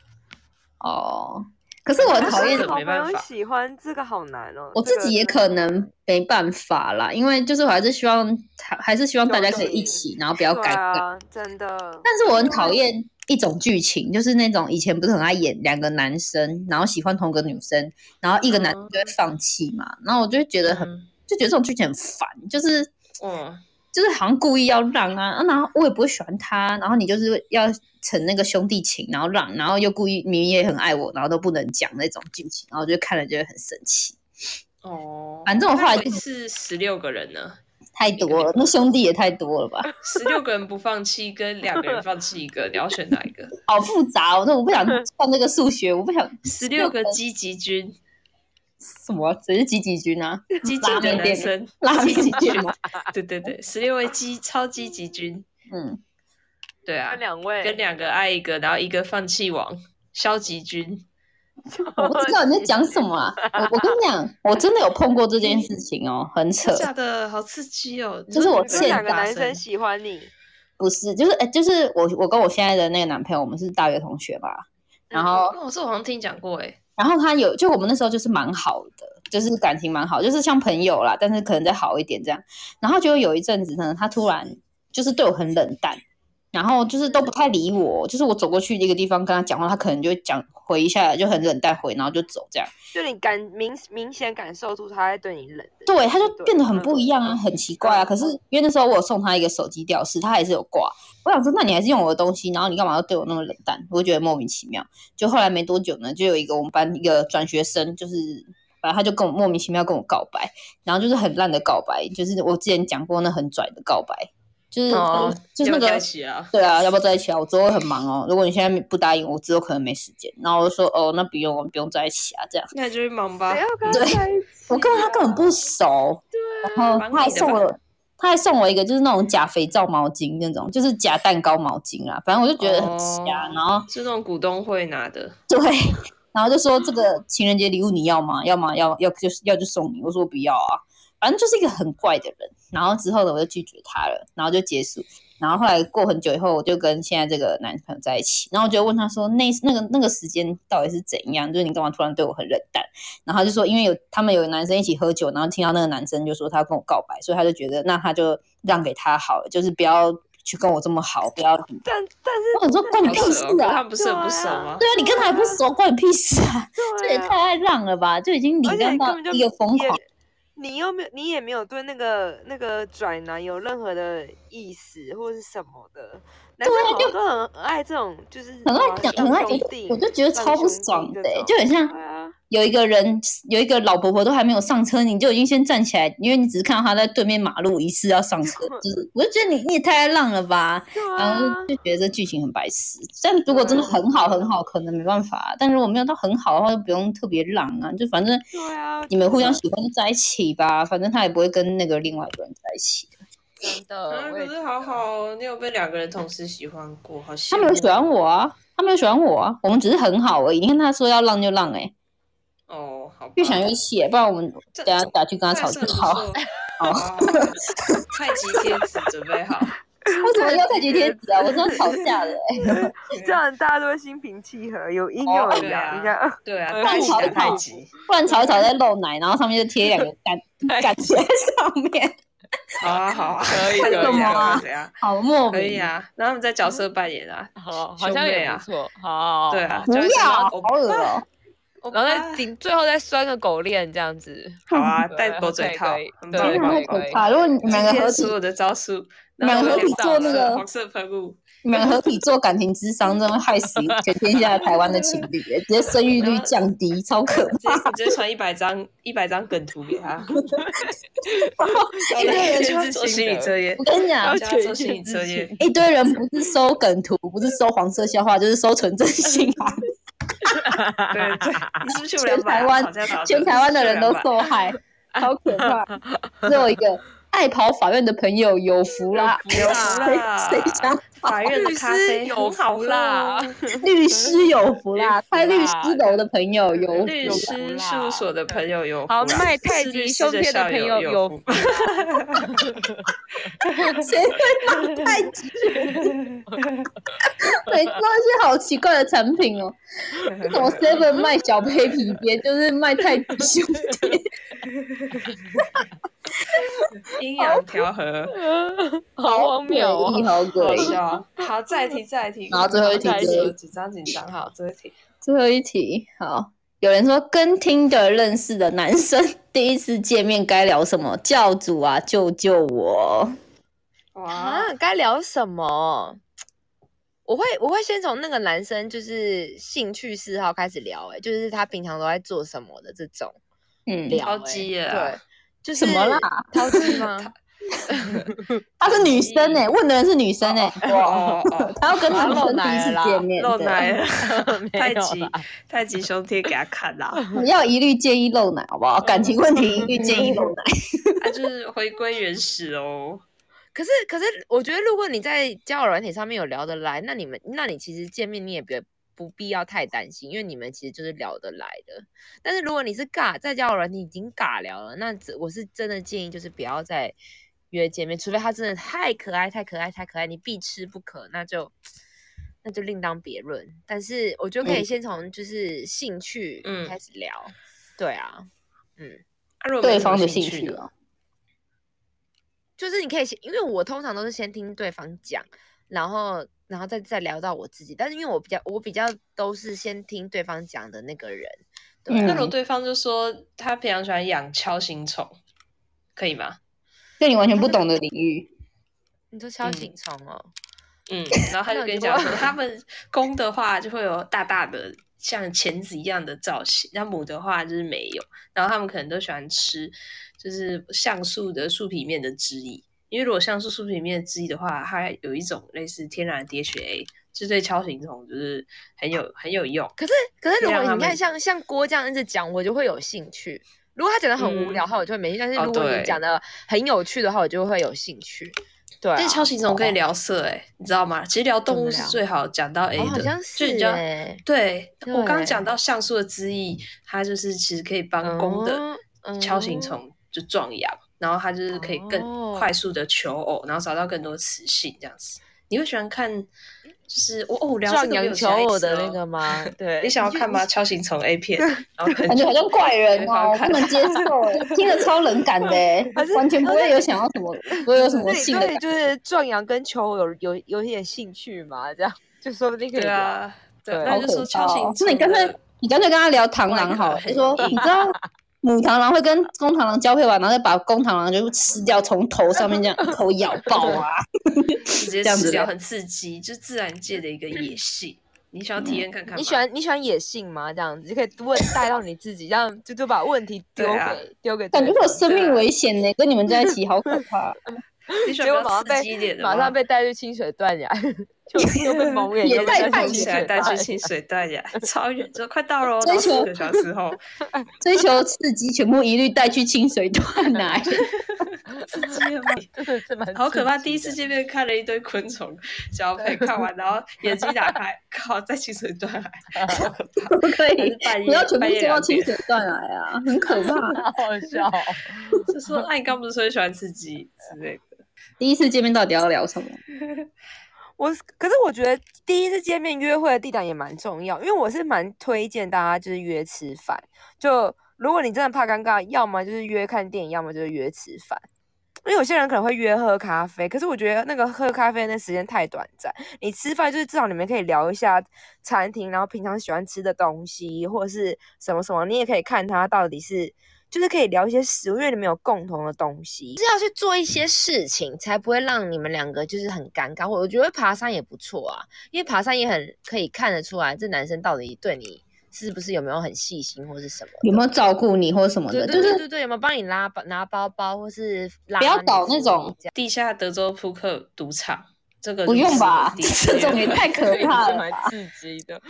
B: 哦， 可是我很
A: 可
B: 讨厌
A: 是
C: 这个
A: 好
C: 没
A: 朋
C: 办
A: 友
C: 法
A: 喜 欢这个好难哦，
B: 我
A: 这
B: 自
A: 个
B: 己也
A: 真的
B: 可能没办法啦，因为就是我还是希望，还还是希望大家可以一起，然后不要
A: 对
B: 尴尬。
A: 啊，真的。
B: 但是我很讨厌一种剧情，就是那种以前不是很爱演两个男生，然后喜欢同个女生，然后一个男生就会放弃嘛，然后我就会觉得很，
C: 嗯，
B: 就觉得这种剧情很烦，就是
C: 哦，
B: 就是好像故意要让啊，啊然后我也不会喜欢他，然后你就是要逞那个兄弟情，然后让，然后又故意明明也很爱我，然后都不能讲那种剧情，然后我就看了就会很生气。
C: 哦，
B: 反正我后来
C: 那
B: 就
C: 一次十六个人呢，
B: 太多了，那兄弟也太多了吧，
C: 十六个人不放弃，跟两个人放弃一个，你要选哪 一个？
B: 好复杂哦！那我不 想算这个数学，我不想
C: 十六个积极 军，
B: 什么，只是几几军啊，
C: 积极
B: 拉
C: 的
B: 面
C: 男
B: 店
C: 生，
B: 拉
C: 积
B: 面
C: 极
B: 军
C: 军
B: 吗？
C: 对对对，十六位积超积极军，
B: 嗯，
C: 对啊
A: 跟，两位，
C: 跟两个爱一个，然后一个放弃王，消极军。
B: 我不知道你在讲什么 啊！我我跟你讲，我真的有碰过这件事情哦，很扯
C: 真，假的好刺激哦！
B: 就是我
A: 跟
B: 欠
A: 两个
B: 打
A: 男生
C: 生
A: 喜欢 你，
B: 不是，就是哎、就是我我跟我现在的那个男朋友，我们是大学同学嘛，然后
C: 哦，这我好像听讲过哎，
B: 然后他有，就我们那时候就是蛮好的，就是感情蛮好，就是像朋友啦，但是可能再好一点这样。然后就有一阵子呢，他突然就是对我很冷淡，然后就是都不太理我，就是我走过去一个地方跟他讲话，他可能就会讲回一下，就很冷淡回，然后就走这样。
A: 就你感明明显感受出他在对你冷的，
B: 对，他就变得很不一样啊，
A: 嗯
B: 很奇怪啊。
A: 嗯
B: 可是因为那时候我有送他一个手机吊饰，他还是有挂。我想说，那你还是用我的东西，然后你干嘛要对我那么冷淡？我觉得莫名其妙。就后来没多久呢，就有一个我们班一个转学生，就是反正他就跟我莫名其妙跟我告白，然后就是很烂的告白，就是我之前讲过那很拽的告白，就是、
C: 哦
B: 就是那
C: 要不要
B: 个
C: 一起啊，
B: 对啊，要不要在一起啊？我之后会很忙哦，如果你现在不答应我，之后可能没时间。然后我就说哦，那不用，我们不用在一起啊，这样。
C: 那你就去忙吧
A: 谁。要跟他
B: 对
A: 在一起啊？
B: 我根本他根本不熟，然后
C: 啊蛮
B: 他还
C: 你的
B: 送
C: 吧
B: 我，他还送我一个就是那种假肥皂毛巾那种，就是假蛋糕毛巾啦，反正我就觉得很瞎，
C: 哦
B: 然后
C: 是那种股东会拿 的，
B: 对，然后就说这个情人节礼物你要吗？要吗？要要就是要就送你，我说不要啊，反正就是一个很怪的人。然后之后呢，我就拒绝他了，然后就结束。然后后来过很久以后，我就跟现在这个男朋友在一起，然后我就问他说，那那个那个时间到底是怎样？就是你干嘛突然对我很冷淡？然后他就说，因为有他们有男生一起喝酒，然后听到那个男生就说他要跟我告白，所以他就觉得那他就让给他好了，就是不要去跟我这么好，不要很。
A: 但但是
B: 我想说关你
C: 好
B: 屁
C: 扯
B: 事
C: 哦，跟
B: 啊！
C: 他们不是很不熟吗
B: 对？啊，你跟他还不熟，关你屁事啊！这
A: 对
B: 也
A: 啊
B: 太爱让了吧，就已经礼
A: 而且
B: 让
A: 你
B: 到
A: 根本就
B: 一个疯
A: 也
B: 狂。
A: 你又没有，你也没有对那个那个拽男有任何的意思或是什么的。男生好像都很很爱这种，就是
B: 啊很爱
A: 哇
B: 讲，
A: 让
B: 很爱
A: 兄
B: 讲
A: 弟，
B: 我就觉得
A: 让
B: 超不
A: 兄弟
B: 爽的
A: 这
B: 欸、
A: 种
B: 就很像
A: 对啊
B: 有一个人，有一个老婆婆都还没有上车，你就已经先站起来，因为你只是看到她在对面马路疑似要上 车，就是我就觉得你你也太爱浪了吧，
A: 对
B: 然后
A: 啊，
B: 就就觉得这剧情很白痴。但如果真的很好很好，可能没办法、啊但如果没有到很好的话，就不用特别浪啊，就反正
A: 对啊，
B: 你们互相喜欢就在一起吧，反正他也不会跟那个另外一个人在一起。
D: 真
C: 啊，
D: 的，我
C: 可
D: 也
C: 是好好哦，你有被两个人同时喜欢过，好羡
B: 他
C: 慕
B: 没有喜欢我啊，他没有喜欢我啊，我们只是很好而已。你看他说要浪就浪、欸，哎，
C: 哦，好吧，
B: 越想越气、欸，不然我们
C: 这
B: 等下打去跟他
C: 这
B: 吵
C: 还算不
B: 架。好，
C: 错。好，好好菜鸡贴纸准备好，
B: 为什么要太极贴纸啊？我说吵架的、欸，
D: 这样大家都会心平气和，有阴有
C: 对
D: 阳，
C: 啊
D: 应该
C: 对啊，
B: 呃
C: 太极
B: 互
C: 打
B: 打
C: 太极，
B: 不然吵一吵再漏奶，然后上面就贴两个
C: 哎
B: 感感觉在上面，
C: 好啊好啊，可以可以
B: 什么啊
C: 啊，可以啊，
B: 好莫
C: 可以
B: 名。
C: 啊，然后我们在角色扮演啊，
E: 好，
C: 兄
E: 好像
C: 妹
E: 也
C: 啊
E: 不错，好，
C: 对啊，
B: 不
C: 就是
B: 要，好
C: 我啊
B: 恶哦、
C: 我
E: 然后
C: 爸
A: 啊
E: 再顶，最后再拴个狗链这样子，
C: 好 啊，
E: 对
C: 戴狗嘴套嗯
E: 可以，
C: 很
E: 对
C: 棒
E: 可以
C: 很
B: 天
C: 棒
B: 啊，
E: 可
B: 太
E: 以
C: 很棒。
B: 可怕！如果你们两个
C: 今
B: 合
C: 天
B: 体
C: 所，有的招数，
B: 你们
C: 然后
B: 合
C: 有
B: 体
C: 点
B: 做那
C: 黄色
B: 个
C: 黄色喷雾，
B: 你们合体做感情智商，真的会害死全天下台湾的情侣、欸，直接 生育率降低，超可
C: 直接直接传一百张一百张梗图给 他，
B: 怕！
C: 然
B: 哦
C: 后
B: 一堆
C: 每
B: 人
C: 天去做心理测验
B: 我，跟你讲
C: 然后，叫他做心理测验，
B: 一堆人不是收梗图，不是收黄色笑话，就是收纯真心啊！
C: 对对，你是不是有
B: 全
C: 两百
B: 台
C: 啊？
B: 湾
C: 吵架吵架
B: 全台湾的人都
C: 200
B: 受害，超可怕！只有一个爱跑法院的朋友有福啦，
C: 有福啦
B: 谁谁想
C: 法院的咖啡
E: 有
C: 很好
E: 福啦
C: 啦，，
B: 律师有福啦
E: 有，福啦
B: 开律师楼的朋友有 福
C: 律
B: 啦，
C: 师事务所的朋友有福啦，
E: 好卖太
C: 是
E: 极
C: 律师
E: 胸贴的
C: 校
E: 朋
C: 友
E: 友有
C: 福
E: 福，
B: 谁会卖太极拳？每次都一些好奇怪的产品哦，那种 Seven 卖小黑皮鞭，就是卖太极胸贴，
C: 阴阳调 和，
E: 好荒谬哦，
B: 好诡
C: 好
B: 异。
C: 笑。好，再一题，再一题。
B: 然后最后一题
C: 好再
B: 最后一
C: 紧张紧张。好，最后一题。
B: 最后一题，好，有人说跟听的认识的男生第一次见面该聊什么？教主啊，救救我！
C: 哇，
A: 啊，该聊什么？我会我会先从那个男生就是兴趣嗜好开始聊、欸，就是他平常都在做什么的这种
B: 嗯，
A: 聊、
C: 超
A: 欸。
C: 鸡耶啊
A: 对，就是
B: 什么啦？？
A: 淘气吗？
B: 她是女生哎、问的人是女生哎、
C: 哦 哦，
B: 她要跟男生
A: 露
B: 第一
A: 奶
B: 次
A: 了啦
B: 见面，
C: 露
B: 对
C: 奶了， 太
E: 有
C: 极太极胸贴给他看 啦。啊
B: 你要一律建议露奶，好不好？感情问题一律建议露奶。
C: 他就是回归原始哦。
A: 可是可是，我觉得如果你在交友软体上面有聊得来，那你们那你其实见面你也别不必要太担心，因为你们其实就是聊得来的。但是如果你是尬在交友软体已经尬聊了，那这我是真的建议就是不要再约见面，除非他真的太可爱、太可爱、太可爱，你必吃不可，那就那就另当别论。但是我觉得可以先从就是兴趣
C: 嗯
A: 开始聊，对啊。
C: 啊如果没
B: 对
C: 什么
B: 方的
C: 兴
B: 兴趣
C: 呢
B: 哦，
A: 就是你可以先，因为我通常都是先听对方讲，然后然后再再聊到我自己。但是因为我比较我比较都是先听对方讲的那个人，对啊、
B: 嗯
C: 那如果对方就说他平常喜欢养锹形虫，可以吗？
B: 对你完全不懂的领域，
A: 你说敲
C: 嗯
A: 醒虫哦，
C: 嗯，然后他就
A: 那
C: 跟你
A: 你
C: 讲
A: 就
C: 说，他们公的话就会有大大的像钳子一样的造型，那母的话就是没有。然后他们可能都喜欢吃就是橡树的树皮面的汁液，因为如果橡树树皮面的汁液的话，它有一种类似天然的 DHA，这对锹形虫就是很有很有用。
A: 可是可是
C: 就
A: 如
C: 让
A: 果
C: 他
A: 你看
C: 们
A: 像像郭这样一直讲，我就会有兴趣。如果他讲的很无聊的话，我就会没兴趣；但是
C: 哦
A: 如果
C: 对
A: 你讲的很有趣的话，我就会有兴趣。对、啊，
C: 但是锹形虫可以聊色哎、你知道吗？其实聊动
A: 怎
C: 物
A: 么
C: 是
A: 聊
C: 最好讲到 A 的，
A: 哦，好像
C: 就你
A: 是
C: 知道
A: 哎、
C: 对我刚刚
A: 对
C: 讲到橡树的枝叶，它就是其实可以帮公
D: 哦
C: 的
A: 嗯
C: 敲形虫就壮阳，然后它就是可以更
A: 哦
C: 快速的求偶，然后找到更多雌性这样子。你会喜欢看，就是我哦，聊这
A: 壮
C: 个没有
A: 阳
C: 其
A: 求
C: 他意
A: 偶
C: 思
A: 的那
C: 哦
A: 个吗？对，
C: 你想要看吗？敲形虫 A 片，然后可
B: 感
C: 能
B: 觉好像怪人哦，
C: 对
B: 不能接受哎、听了超冷感的哎、
D: 还是
B: 完全不会有想要什么，不会有什么
D: 对
B: 性的
D: 对，就是壮阳跟求偶有有有一点兴趣嘛，这样就说不定可以
C: 对
D: 聊。
C: 啊，对，
D: 对
C: 那
B: 好
C: 你就
B: 可
C: 说敲
B: 怕
C: 形
B: 哦
C: 虫。
B: 那你干脆你干脆跟他聊螳螂好了，
C: 外壳
B: 就说
C: 很硬
B: 你知道母螳螂会跟公螳螂交配完，然后再把公螳螂就吃掉，从头上面这样一口咬爆啊！
C: 直接
B: 这样
C: 吃
B: 子
C: 掉，
B: 聊
C: 很刺激，就是自然界的一个野性。你想要体验看看吗？
D: 你喜欢你喜欢野性吗？这样子就可以问带到你自己，这样就就把问题丢
C: 对
D: 给、
C: 啊
D: 丢给
B: 感觉
D: 对
B: 会有
D: 方
B: 生命危险呢、跟你们在一起好可怕，
C: 你喜
D: 结果
C: 欢比
D: 马
C: 较
D: 上
C: 刺激一点
D: 被
C: 的
D: 马
C: 吗
D: 上被带去清水断崖， 就又被蒙眼，
B: 也
D: 又被
B: 太
D: 带
B: 太
D: 去
C: 起
D: 清
C: 来
D: 水
C: 带
D: 断
C: 去
D: 崖。
C: 清水断 崖，超远，就快到了哦，
B: 追
C: 到四
B: 求
C: 个小时 后，
B: 追求刺激全部一律带去清水断啊奶。
C: 刺激了吗？
D: 是蛮
C: 好可怕！
D: 刺激
C: 第一次
D: 的
C: 见面看了一堆昆 虫交配，看完然后眼睛打开，靠，在清水 断崖，好可怕！
B: 不可
C: 还
B: 以
C: 是，半夜
B: 不要全部
C: 半夜
B: 送到
C: 两
B: 清
C: 点，
B: 水断来啊，很可怕。
D: 好好笑哦、
C: 啊就说哎，你刚不是说你喜欢刺激之类的？
B: 第一次见面到底要聊什么？
A: 我是可是我觉得第一次见面约会的地点也蛮重要，因为我是蛮推荐大家就是约吃饭。就如果你真的怕尴尬，要么就是约看电影，要么就是约吃饭。因为有些人可能会约喝咖啡，可是我觉得那个喝咖啡那时间太短暂。你吃饭就是至少你们可以聊一下餐厅，然后平常喜欢吃的东西或者是什么什么，你也可以看他到底是就是可以聊一些食物，因为你们有共同的东西。
D: 是要去做一些事情，才不会让你们两个就是很尴尬。我我觉得爬山也不错啊，因为爬山也很可以看得出来这男生到底对你是不是有没有很细心或是什么的。
B: 有没有照顾你或什么
D: 对
B: 的？
D: 对
B: 就
D: 对
B: 是
D: 对对，有没有帮你拉包拿包包，或是拉
B: 不要
D: 你
B: 搞那
D: 扶
B: 种
D: 你这样
C: 地下德州扑克赌场，这个
B: 不
C: 就是
B: 用吧
C: 我，第一次
B: 这
C: 约
B: 种也
C: 会
B: 太 可怕
E: 是
B: 了
E: 蛮
B: 吧。
E: 刺激的。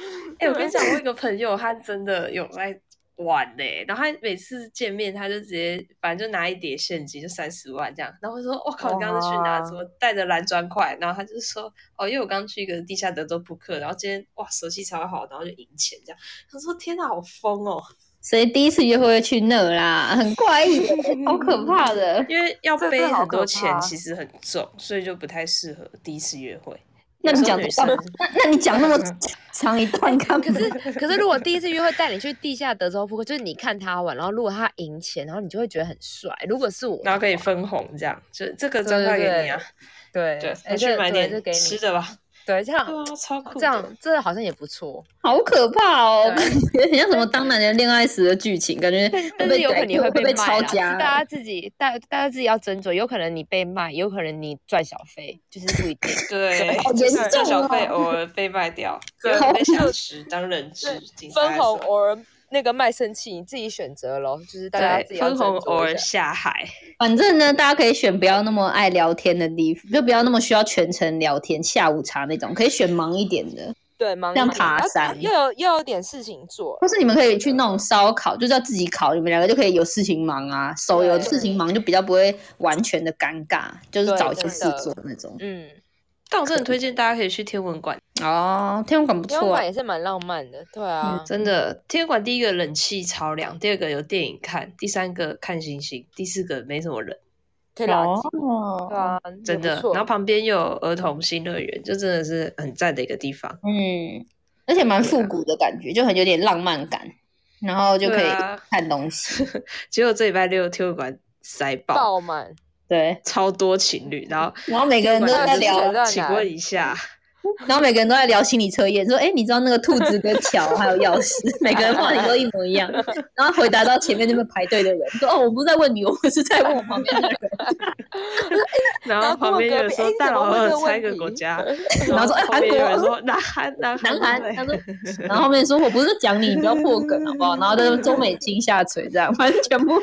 C: 哎、我跟你讲，我有一个朋友，他真的有在玩呢、然后他每次见面，他就直接反正就拿一叠现金，就三十万这样。然后我就说：“我靠，你刚刚是去哪？
A: 哇
C: 怎么带着蓝砖块？”然后他就说：“哦，因为我刚去一个地下德州扑克，然后今天哇手气超好，然后就赢钱这样。”他说：“天哪，好疯哦！
B: 所以第一次约会会去那 啦，很怪异的，好可怕的。
C: 因为要
A: 这真
C: 背
A: 的好
C: 很
A: 可
C: 多钱，
A: 怕
C: 其实很重，所以就不太适合第一次约会。
B: 那
C: 有
B: 你
C: 时候
B: 讲
C: 女
B: 干嘛
C: 生？
B: 那那你讲那么长一段干嘛？
D: 可是，可是如果第一次约会带你去地下德州扑克，哦就是你看他玩，然后如果他赢钱，然后你就会觉得很帅。如果是我，
C: 然后可以分红这样，就这个
D: 对
C: 砖
D: 对
C: 块给
D: 对
C: 你啊，
D: 对
C: 对，
D: 哎
C: 回去
D: 这
C: 买
D: 对这
C: 点
D: 给
C: 吃
D: 你，
C: 的吧。
D: 对，这
C: 对
D: 样
C: 啊，超酷的。
D: 这样这好像也不错，
B: 好可怕哦，感
D: 对啊
B: 觉很像什么当男人恋爱时的剧情，感觉
D: 但
B: 会
D: 是
B: 被
D: 有可
B: 改
D: 能你
B: 变
D: 会
B: 会
D: 被
B: 被
D: 卖
B: 抄
D: 啦是
B: 家。
D: 大家自己大大家自己要斟酌，有可能你被卖，有可能你赚小费，就是不一 定。
C: 对，
B: 好
C: 就
B: 严
C: 是
B: 重
C: 这小
B: 哦
C: 费偶尔被卖掉，
E: 对
C: 有人被小吃当人质，警察
D: 分
C: 来
D: 红
C: 说
D: 偶尔那个卖身契，你自己选择咯，就是大家自
C: 对，
D: 己要
C: 分
D: 斟
C: 红偶
D: 酌一
C: 尔
D: 下。
C: 下海，
B: 反正呢，大家可以选不要那么爱聊天的地方，就不要那么需要全程聊天，下午茶那种，可以选忙一点的，
D: 对，忙
B: 像
D: 一点
B: 爬
D: 要
B: 山
D: 又有又有点事情做，
B: 或是你们可以去那种烧烤，就是要自己烤，你们两个就可以有事情忙啊，手有
D: 对
B: 事情忙就比较不会完全的尴尬，就是
D: 对
B: 找一些事
D: 真的
B: 做那种。
D: 嗯。
C: 但我真的很推荐大家可以去天文馆，
B: 哦，天文馆不
D: 天文
B: 错啊
D: 馆，也是蛮浪漫的，对啊，
C: 真的，天文馆第一个冷气超凉，第二个有电影看，第三个看星星，第四个没什么人，
D: 可以聊天，对
B: 哦，
D: 啊，也
C: 真
D: 不
C: 的。
D: 错
C: 然后旁边又有儿童新乐园，就真的是很赞的一个地方，
B: 嗯，而且蛮复古的感觉，就很有点浪漫感，然后就可以
C: 对啊
B: 看东西，
C: 结果这礼拜六天文馆塞爆。
D: 爆满，
B: 对，
C: 超多情侣，然后
B: 然后每个人都
C: 天文
B: 在
C: 馆
B: 聊
C: 就
D: 那
C: 是
D: 你在
C: 请
D: 哪
C: 问一下，
B: 然后每个人都在聊心理测验，说：“哎、你知道那个兔子跟桥还有钥匙，每个人问题都一模一样。”然后回答到前面那边排队的人说：“哦，我不是在问你，我是在问我旁边的人。
C: 然
D: 然
C: 后
D: 后
C: 旁
D: 过
C: 边
D: 隔
C: 有人
D: 壁
C: 说
D: 诶你
C: 大
D: 怎么
C: 老
D: 问
C: 二
D: 这个
C: 猜
D: 问
C: 个国
D: 题
C: 家，
B: 然后说哎
C: 旁边有人
B: 韩国
C: 说南韩南”韩
B: 南韩
C: 对，
B: 他说，然后后面说：“我不是讲你，你不要破梗好不好？”然后就是中美金下垂这样，反正全部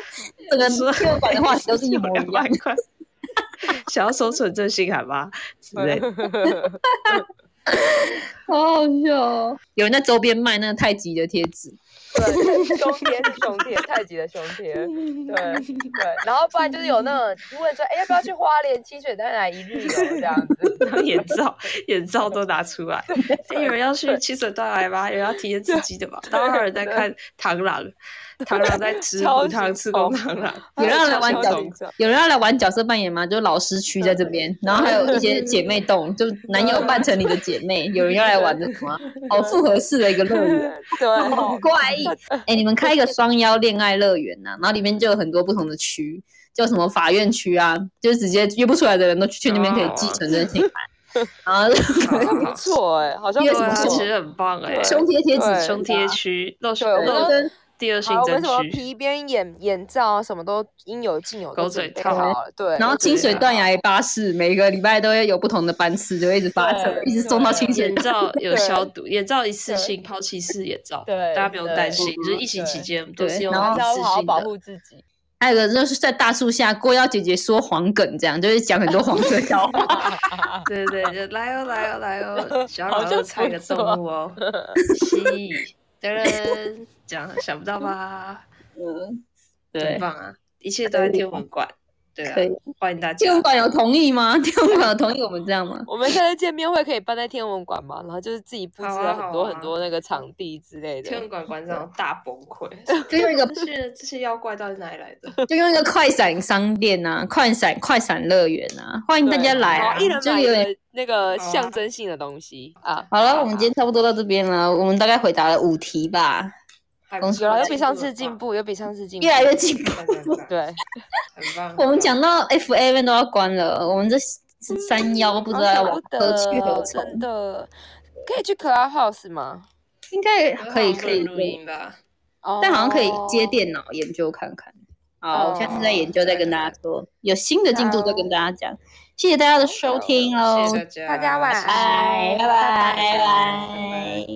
B: 整个
C: 说
B: 天文馆的话题都是一模一样。
C: 200块。想要收存真心喊吗？之类的，
B: 好好笑哦！有人在周边卖那个太极的贴纸，
D: 对，兄弟是兄弟，太极的兄弟，
B: 嗯
D: 对对，然后不然就是有那种问说，哎，要不要去花莲清水蛋来一日游这样 子，
C: 然后眼罩、眼罩都拿出来。哎有人要去清水断来吗？有人要体验刺激的吗？然后还有人在看螳螂，螳螂在吃
D: 超
C: 母糖，
D: 级
C: 吃公
D: 痛
C: 螳螂。
B: 有人要来玩
C: 超
B: 角
C: 级痛，
B: 有人要来玩角色扮演吗？就老师区在这边，然后还有一些姐妹洞，就男友扮成你的姐妹，有人要来玩这个吗？啊好复合式的一个乐园，
D: 对，
B: 好怪异！哎、你们开一个双邀恋爱乐园呐、然后里面就有很多不同的区，就什么法院区啊，就直接约不出来的人都去那边可以继承真性爱，然后
C: 好
D: 不错哎，好像
B: 因为
D: 不
B: 什
C: 对啊
B: 么
D: 错
C: 其实很棒哎，
B: 胸贴贴纸，
D: 对
C: 胸贴区、露胸
D: 对我们
C: 露
D: 都
B: 跟
C: 第二性
D: 啊好，我
C: 征
D: 们什么
C: 区，
D: 皮鞭、眼眼罩啊，什么都应有尽有，
C: 狗
D: 都
C: 嘴
D: 准备
C: 套
D: 好了，对，
B: 然后
D: 都准
B: 清
D: 备
B: 水
D: 好
B: 断崖巴士每个礼拜都会有不同的班次，就会一直发车，
D: 对
B: 一直送到
D: 对
B: 清水
C: 眼
B: 断
C: 罩有
D: 对
C: 消毒，眼罩一次
D: 对
C: 性抛弃式眼罩，
D: 对
C: 大家不用
D: 对
C: 担心，就是疫情期
D: 对
C: 间我们都
B: 对
C: 是用
B: 然后
C: 一
D: 还是要
C: 次
D: 好好
C: 性
D: 保
C: 的。
D: 护自己。
B: 还有个就是在大树下，郭耀姐姐说黄梗，这样就是讲很多黄色笑 话。
C: 啊对对对，就来哦来哦来哦，小老
D: 好像
C: 二猜
D: 不
C: 个
D: 错
C: 动物哦，蜥蜴，噔噔，这样想不到吧？很
D: 嗯
B: 对，
C: 棒啊！一切都在天文馆，对啊
B: 可以，
C: 欢迎大家
B: 天。文馆有同意吗？ 天文馆有同意我们这样吗？
D: 我们现在见面会可以办在天文馆嘛，然后就是自己布置
C: 好啊
D: 了很多
C: 好啊
D: 很多那个场地之类
C: 天
D: 的
C: 文。馆馆长大崩溃，
B: 就用一个
C: 这是这些妖怪到底哪里来的？
B: 就用一个快闪商店啊，快闪快闪乐园啊，欢迎大家来
D: 然
B: 啊！
D: 后哦一人
B: 就
D: 买一
B: 有点
D: 个那个
C: 好啊
D: 象征性的东西啊，
B: 好了，我们今天差不多到这边了，我们大概回答了五题吧，
C: 还
B: 恭喜
D: 有了，有比啊上次进，步，有比上次进步，
B: 越来越进步。
C: 很棒，
D: 对，
C: 很棒。
B: 我们讲到 F A N 都要关了，我们这三幺不知
D: 嗯好
B: 道要
D: 想
B: 往
D: 不
B: 何去
D: 得
B: 何从，
D: 真的可以去 Clubhouse 吗？
B: 应该
C: 我们
B: 可
C: 好
B: 以
C: 像
B: 可以
C: 不能录音吧？
B: 但好像可以接
D: 哦
B: 电脑研究看看。好，
D: 哦
B: 我下次再研究再跟大家说，有新的进度再跟大家讲。谢谢大家的收听哦
C: 谢谢，
F: 大
C: 大家，
F: 家晚安
B: 拜拜拜
C: 拜
B: 拜
C: 拜。